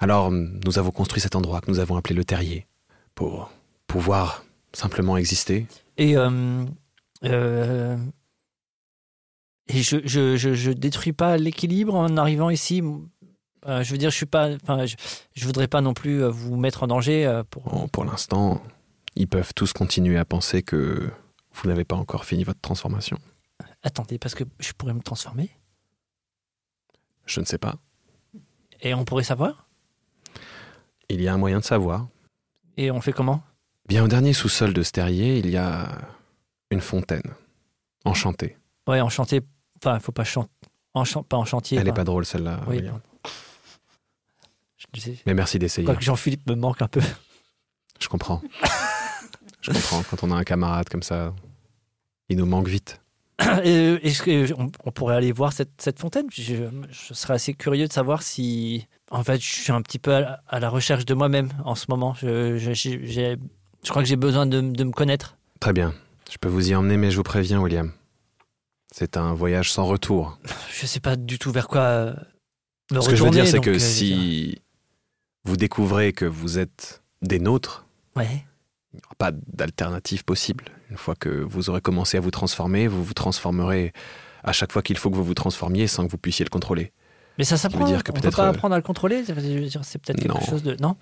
Alors, nous avons construit cet endroit que nous avons appelé le terrier pour pouvoir simplement exister.
Et euh, euh, et je, je, je, je détruis pas l'équilibre en arrivant ici. Euh, je veux dire, je suis pas, enfin, je, je voudrais pas non plus euh, vous mettre en danger euh, pour.
Bon, pour l'instant, ils peuvent tous continuer à penser que vous n'avez pas encore fini votre transformation.
Attendez, parce que je pourrais me transformer.
Je ne sais pas.
Et on pourrait savoir
Il y a un moyen de savoir.
Et on fait comment
Bien au dernier sous-sol de ce terrier, il y a une fontaine. Enchantée.
Ouais, en chantier. Enfin, faut pas chanter. En chan- pas en chantier.
Elle n'est
enfin,
pas drôle celle-là.
oui,
William.
pardon. Je le sais.
Mais merci d'essayer.
Quoique Jean-Philippe me manque un peu.
Je comprends. Je comprends. Quand on a un camarade comme ça, il nous manque vite.
Euh, Est-ce qu'on on pourrait aller voir cette, cette fontaine je, je serais assez curieux de savoir si. En fait, je suis un petit peu à, la- à la recherche de moi-même en ce moment. Je, je, j'ai- j'ai- je crois que j'ai besoin de, de me connaître.
Très bien. Je peux vous y emmener, mais je vous préviens, William. C'est un voyage sans retour.
Je sais pas du tout vers quoi euh, me
Ce que je veux
retourner,
dire, c'est
donc,
que
euh,
si vous découvrez que vous êtes des nôtres,
Ouais.
il n'y aura pas d'alternative possible. Une fois que vous aurez commencé à vous transformer, vous vous transformerez à chaque fois qu'il faut que vous vous transformiez sans que vous puissiez le contrôler.
Mais ça
veut
s'apprend.
dire que
on peut
peut-être,
pas
euh,
apprendre à le contrôler. Ça veut dire, C'est peut-être
Non.
quelque chose de. Non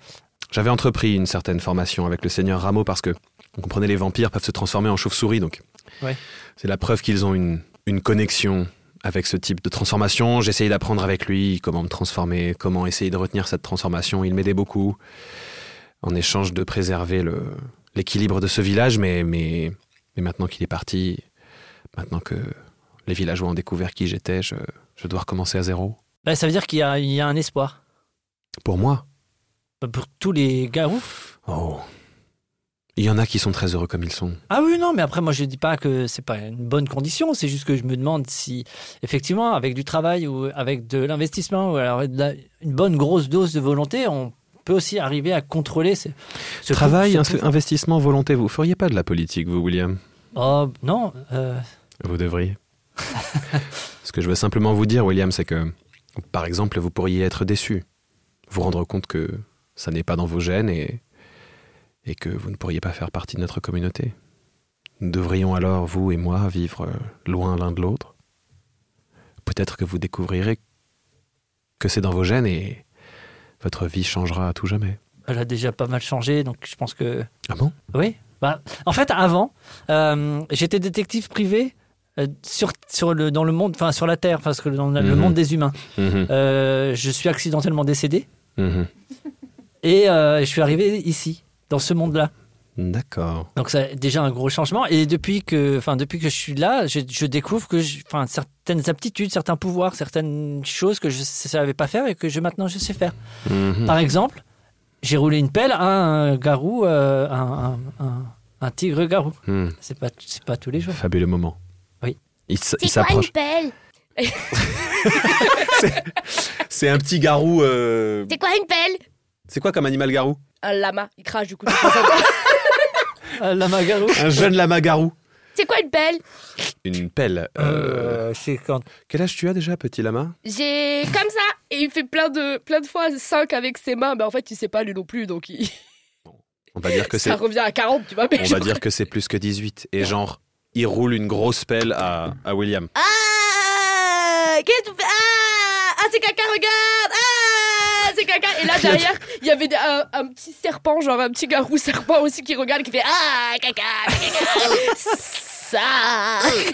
J'avais entrepris une certaine formation avec le seigneur Rameau parce que, vous comprenez, les vampires peuvent se transformer en chauve-souris, donc
Ouais.
c'est la preuve qu'ils ont une, une connexion avec ce type de transformation. J'essayais d'apprendre avec lui comment me transformer, comment essayer de retenir cette transformation. Il m'aidait beaucoup en échange de préserver le- l'équilibre de ce village, mais, mais, mais maintenant qu'il est parti, maintenant que les villageois ont découvert qui j'étais, je, je dois recommencer à zéro.
Ouais, Bah, Ça veut dire qu'il y, a- il y a un espoir.
Pour moi,
Bah, Pour tous les garous
Oh. Il y en a qui sont très heureux comme ils sont.
Ah oui, non, mais après, moi, je dis pas que c'est pas une bonne condition. C'est juste que je me demande si, effectivement, avec du travail ou avec de l'investissement ou alors de la- une bonne grosse dose de volonté, on peut aussi arriver à contrôler ce, ce
Travail, hein,
pou-
ins-
ce pou-
investissement, volonté, vous feriez pas de la politique, vous, William
Oh, non. euh,
Vous devriez. Ce que je veux simplement vous dire, William, c'est que, par exemple, vous pourriez être déçu. Vous rendre compte que ça n'est pas dans vos gènes et, et que vous ne pourriez pas faire partie de notre communauté. Nous devrions alors, vous et moi, vivre euh, loin l'un de l'autre. Peut-être que vous découvrirez que c'est dans vos gènes et votre vie changera à tout jamais.
elle a déjà pas mal changé, donc je pense que.
Ah bon
Oui. Bah, en fait, avant, euh, j'étais détective privé. euh, Sur, sur le, dans le monde, enfin sur la Terre, parce que dans le
Mhm.
monde des humains. Euh, je suis accidentellement décédé
Mhm.
et euh, je suis arrivé ici, dans ce monde-là.
D'accord.
Donc c'est déjà un gros changement. Et depuis que, enfin, depuis que je suis là, je, je découvre que, je- enfin, certaines aptitudes, certains pouvoirs, certaines choses que je ne savais pas faire et que je maintenant je sais faire. Par exemple, j'ai roulé une pelle à un garou, euh, un, un- un- un tigre garou.
Mhm.
C'est pas, c'est pas tous les jours.
Fabuleux moment.
Oui.
Il s- il
C'est quoi
s'approche.
une pelle
C'est un petit garou. euh,
C'est quoi une pelle
C'est quoi comme animal garou
Un lama, il crache du coup. je pense à toi.
Euh, la magarou.
Un jeune lamagarou.
C'est quoi une pelle
Une pelle. Euh,
Euh, c'est quand.
Quel âge tu as déjà, petit lama
J'ai comme ça et il fait plein de plein de fois 5 avec ses mains, mais en fait il sait pas lui non plus, donc il-
On va dire que c'est
ça revient à 40, tu vois. Mais
on
genre-
va dire que c'est plus que 18 et genre il roule une grosse pelle à, à William.
Ah Qu'est-ce que tu fais Ah Ah, c'est caca, regarde Ah C'est caca Et là, derrière, il y avait des- un, un petit serpent, genre un petit garou serpent aussi qui regarde et qui fait Ah Caca Caca Ça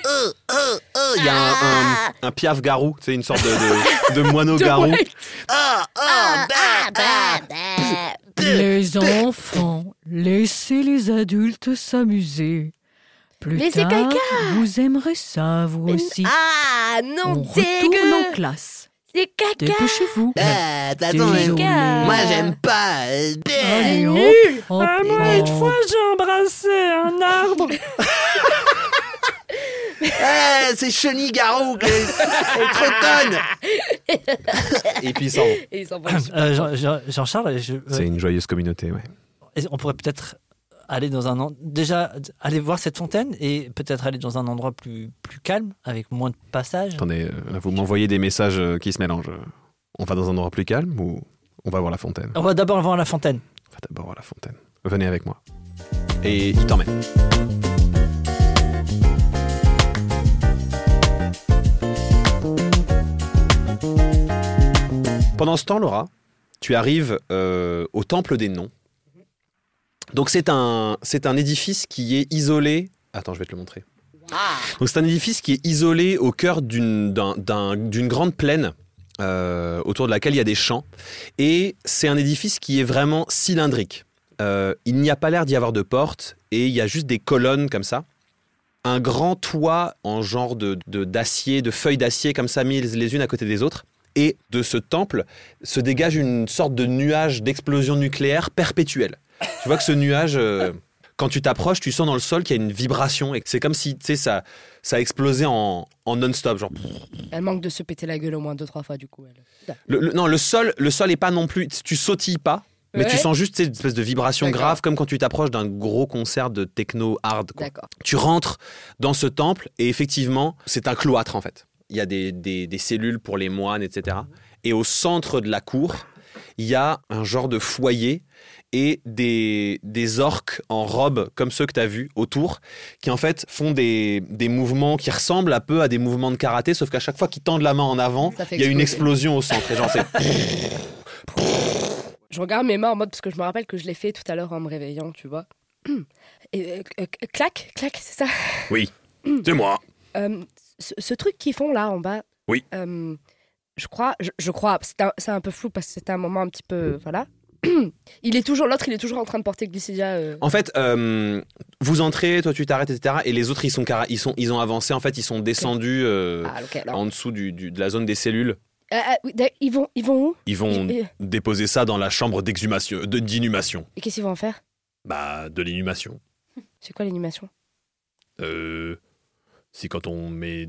Oh, Il y a un, Ah. un- un piaf garou, c'est une sorte de, de- de moineau garou.
Ouais.
Ah,
Ah,
bah,
bah,
Les enfants, laissez les adultes s'amuser. Plus
Laissez
tard, vous aimerez ça, vous aussi.
Ah non,
On retourne en
dégueu
classe.
C'est caca
Dépêchez-vous.
Euh, t'attends,
Désolé.
caca.
moi j'aime pas. euh,
Allez, hop,
Nul
hop,
Ah,
hop.
j'ai embrassé un arbre.
euh, c'est Chenille Garou, que- on trottonne.
Et puis il s'en va.
Et ils s'en vont.
Euh, Jean- Jean- Jean-Charles, je- euh,
C'est une joyeuse communauté, ouais.
et on pourrait peut-être aller dans un en- déjà aller voir cette fontaine et peut-être aller dans un endroit plus plus calme avec moins de passages.
Attendez, euh, là, vous m'envoyez des messages euh, qui se mélangent. On va dans un endroit plus calme ou on va voir la fontaine
On va d'abord voir la fontaine.
On va d'abord voir la fontaine. Venez avec moi. Et il t'emmène. Pendant ce temps, Laura, tu arrives euh, au Temple des Noms. Donc c'est un, c'est un édifice qui est isolé. Attends, je vais te le montrer. Donc c'est un édifice qui est isolé au cœur d'une d'un- d'un- d'une grande plaine euh, autour de laquelle il y a des champs. Et c'est un édifice qui est vraiment cylindrique. Euh, il n'y a pas l'air d'y avoir de porte et il y a juste des colonnes comme ça. Un grand toit en genre de de- d'acier, de, feuilles d'acier comme ça mises les unes à côté des autres. Et de ce temple se dégage une sorte de nuage d'explosion nucléaire perpétuelle. Tu vois que ce nuage, euh, quand tu t'approches, tu sens dans le sol qu'il y a une vibration et que c'est comme si tu sais, ça, ça explosait en, en non-stop. Genre,
Elle manque de se péter la gueule au moins 2-3 fois, du coup. Elle.
le- le- non, le sol, le sol est pas non plus. Tu sautilles pas, mais
Ouais.
tu sens juste tu sais, une espèce de vibration
D'accord.
grave, comme quand tu t'approches d'un gros concert de techno hard. quoi.
D'accord.
Tu rentres dans ce temple et effectivement, c'est un cloître en fait. Il y a des, des- des cellules pour les moines, etc. Et au centre de la cour, il y a un genre de foyer et des, des orques en robe comme ceux que tu as vus autour, qui en fait font des, des mouvements qui ressemblent un peu à des mouvements de karaté, sauf qu'à chaque fois qu'ils tendent la main en avant,
Ça fait
il y a une
exploser.
explosion au centre. Et genre, c'est-
Je regarde mes mains en mode, parce que je me rappelle que je l'ai fait tout à l'heure en me réveillant, tu vois. Et, euh, euh, clac, clac, c'est ça
c'est moi.
Euh, ce, ce truc qu'ils font là en bas.
Oui.
euh, je crois, je, je crois, c'est un, c'est un peu flou parce que c'était un moment un petit peu, euh, voilà. il est toujours l'autre, il est toujours en train de porter Glycidia. euh.
En fait, euh, vous entrez, toi tu t'arrêtes, etc. Et les autres, ils, sont cara- ils, sont, ils ont avancé, en fait, ils sont descendus euh,
Ah, ok. alors.
en dessous du- du- de la zone des cellules.
Euh, euh, oui, d'ailleurs, ils vont, ils vont où
Ils vont
Et- et-
déposer ça dans la chambre d'exhumation, de- d'inhumation.
et Qu'est-ce qu'ils vont en faire
Bah, de l'inhumation.
C'est quoi l'animation
Euh, c'est quand on met.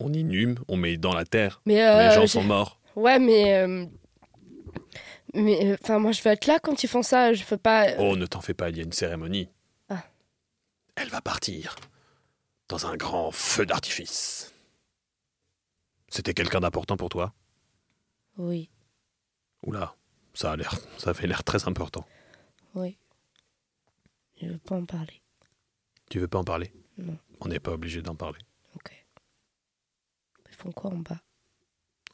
On inhume, on met dans la terre.
Mais euh,
les gens
j'ai-
sont morts.
ouais, mais euh, mais euh, enfin, moi je veux être là quand ils font ça. Je veux pas.
Oh, ne t'en fais pas, il y a une cérémonie.
euh, Ah.
Elle va partir dans un grand feu d'artifice. C'était quelqu'un d'important pour toi
Oui,
Oula, ça a l'air, ça avait l'air très important.
oui. Je veux pas en parler.
Tu veux pas en parler
Non.
On n'est pas obligé d'en parler.
Ils font quoi en bas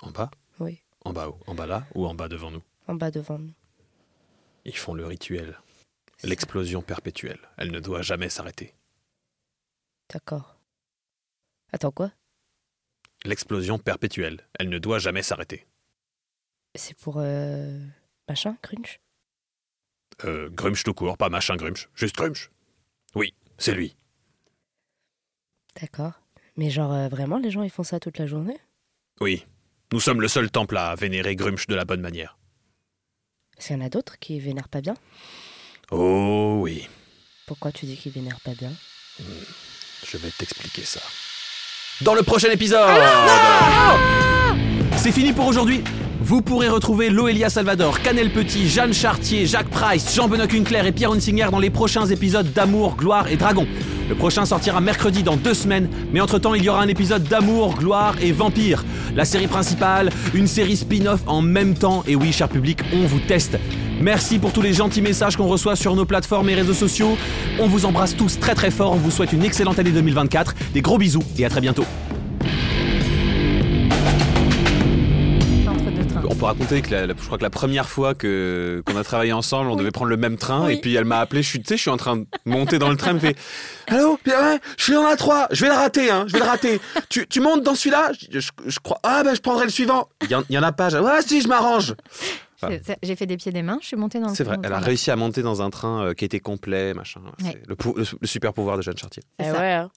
En bas
Oui,
En bas où En bas là ou en bas devant nous
en bas devant nous.
Ils font le rituel. L'explosion perpétuelle. Elle ne doit jamais s'arrêter.
D'accord. Attends quoi
L'explosion perpétuelle. Elle ne doit jamais s'arrêter.
C'est pour euh, machin, Crunch
Euh, Grumsh tout court, pas machin Grumsh, juste Grumsh. Oui, c'est lui.
D'accord. Mais genre euh, vraiment, les gens ils font ça toute la journée
Oui. Nous sommes le seul temple à vénérer Grumsh de la bonne manière.
Parce qu'il y en a d'autres qui vénèrent pas bien.
Oh oui,
Pourquoi tu dis qu'ils vénèrent pas bien
je vais t'expliquer ça. Ah Dans le prochain épisode C'est fini pour aujourd'hui Vous pourrez retrouver Loelia Salvador, Canel Petit, Jeanne Chartier, Jacques Price, Jean-Benoît Cuncler et Pierre Hunsinger dans les prochains épisodes d'Amour, Gloire et Dragon. Le prochain sortira mercredi dans deux semaines, mais entre-temps il y aura un épisode d'Amour, Gloire et Vampire. La série principale, une série spin-off en même temps, et oui cher public, on vous teste. Merci pour tous les gentils messages qu'on reçoit sur nos plateformes et réseaux sociaux. On vous embrasse tous très très fort, on vous souhaite une excellente année 2024, des gros bisous et à très bientôt.
entre deux trains.
On peut raconter que la- la- je crois que la première fois que qu'on a travaillé ensemble, on devait prendre le même train
Oui.
et puis elle m'a appelé. Je suis, tu sais, je suis en train de monter dans le train. Elle me fait Allô, Pierre, ouais, je suis dans la 3, Je vais le rater, hein. Je vais le rater. tu, tu montes dans celui-là je, je- je crois. Ah ben, je prendrai le suivant. Il y, en- il y en a pas. Je- Ouais, si, je m'arrange.
J'ai- J'ai fait des pieds des mains, je suis montée dans le
C'est vrai.
dans le
Elle a
train.
réussi à monter dans un train euh, qui était complet, machin. C'est
Ouais.
Le, pou- le- le super pouvoir de Jeanne Chartier.
C'est
Eh
ça.
ouais, hein.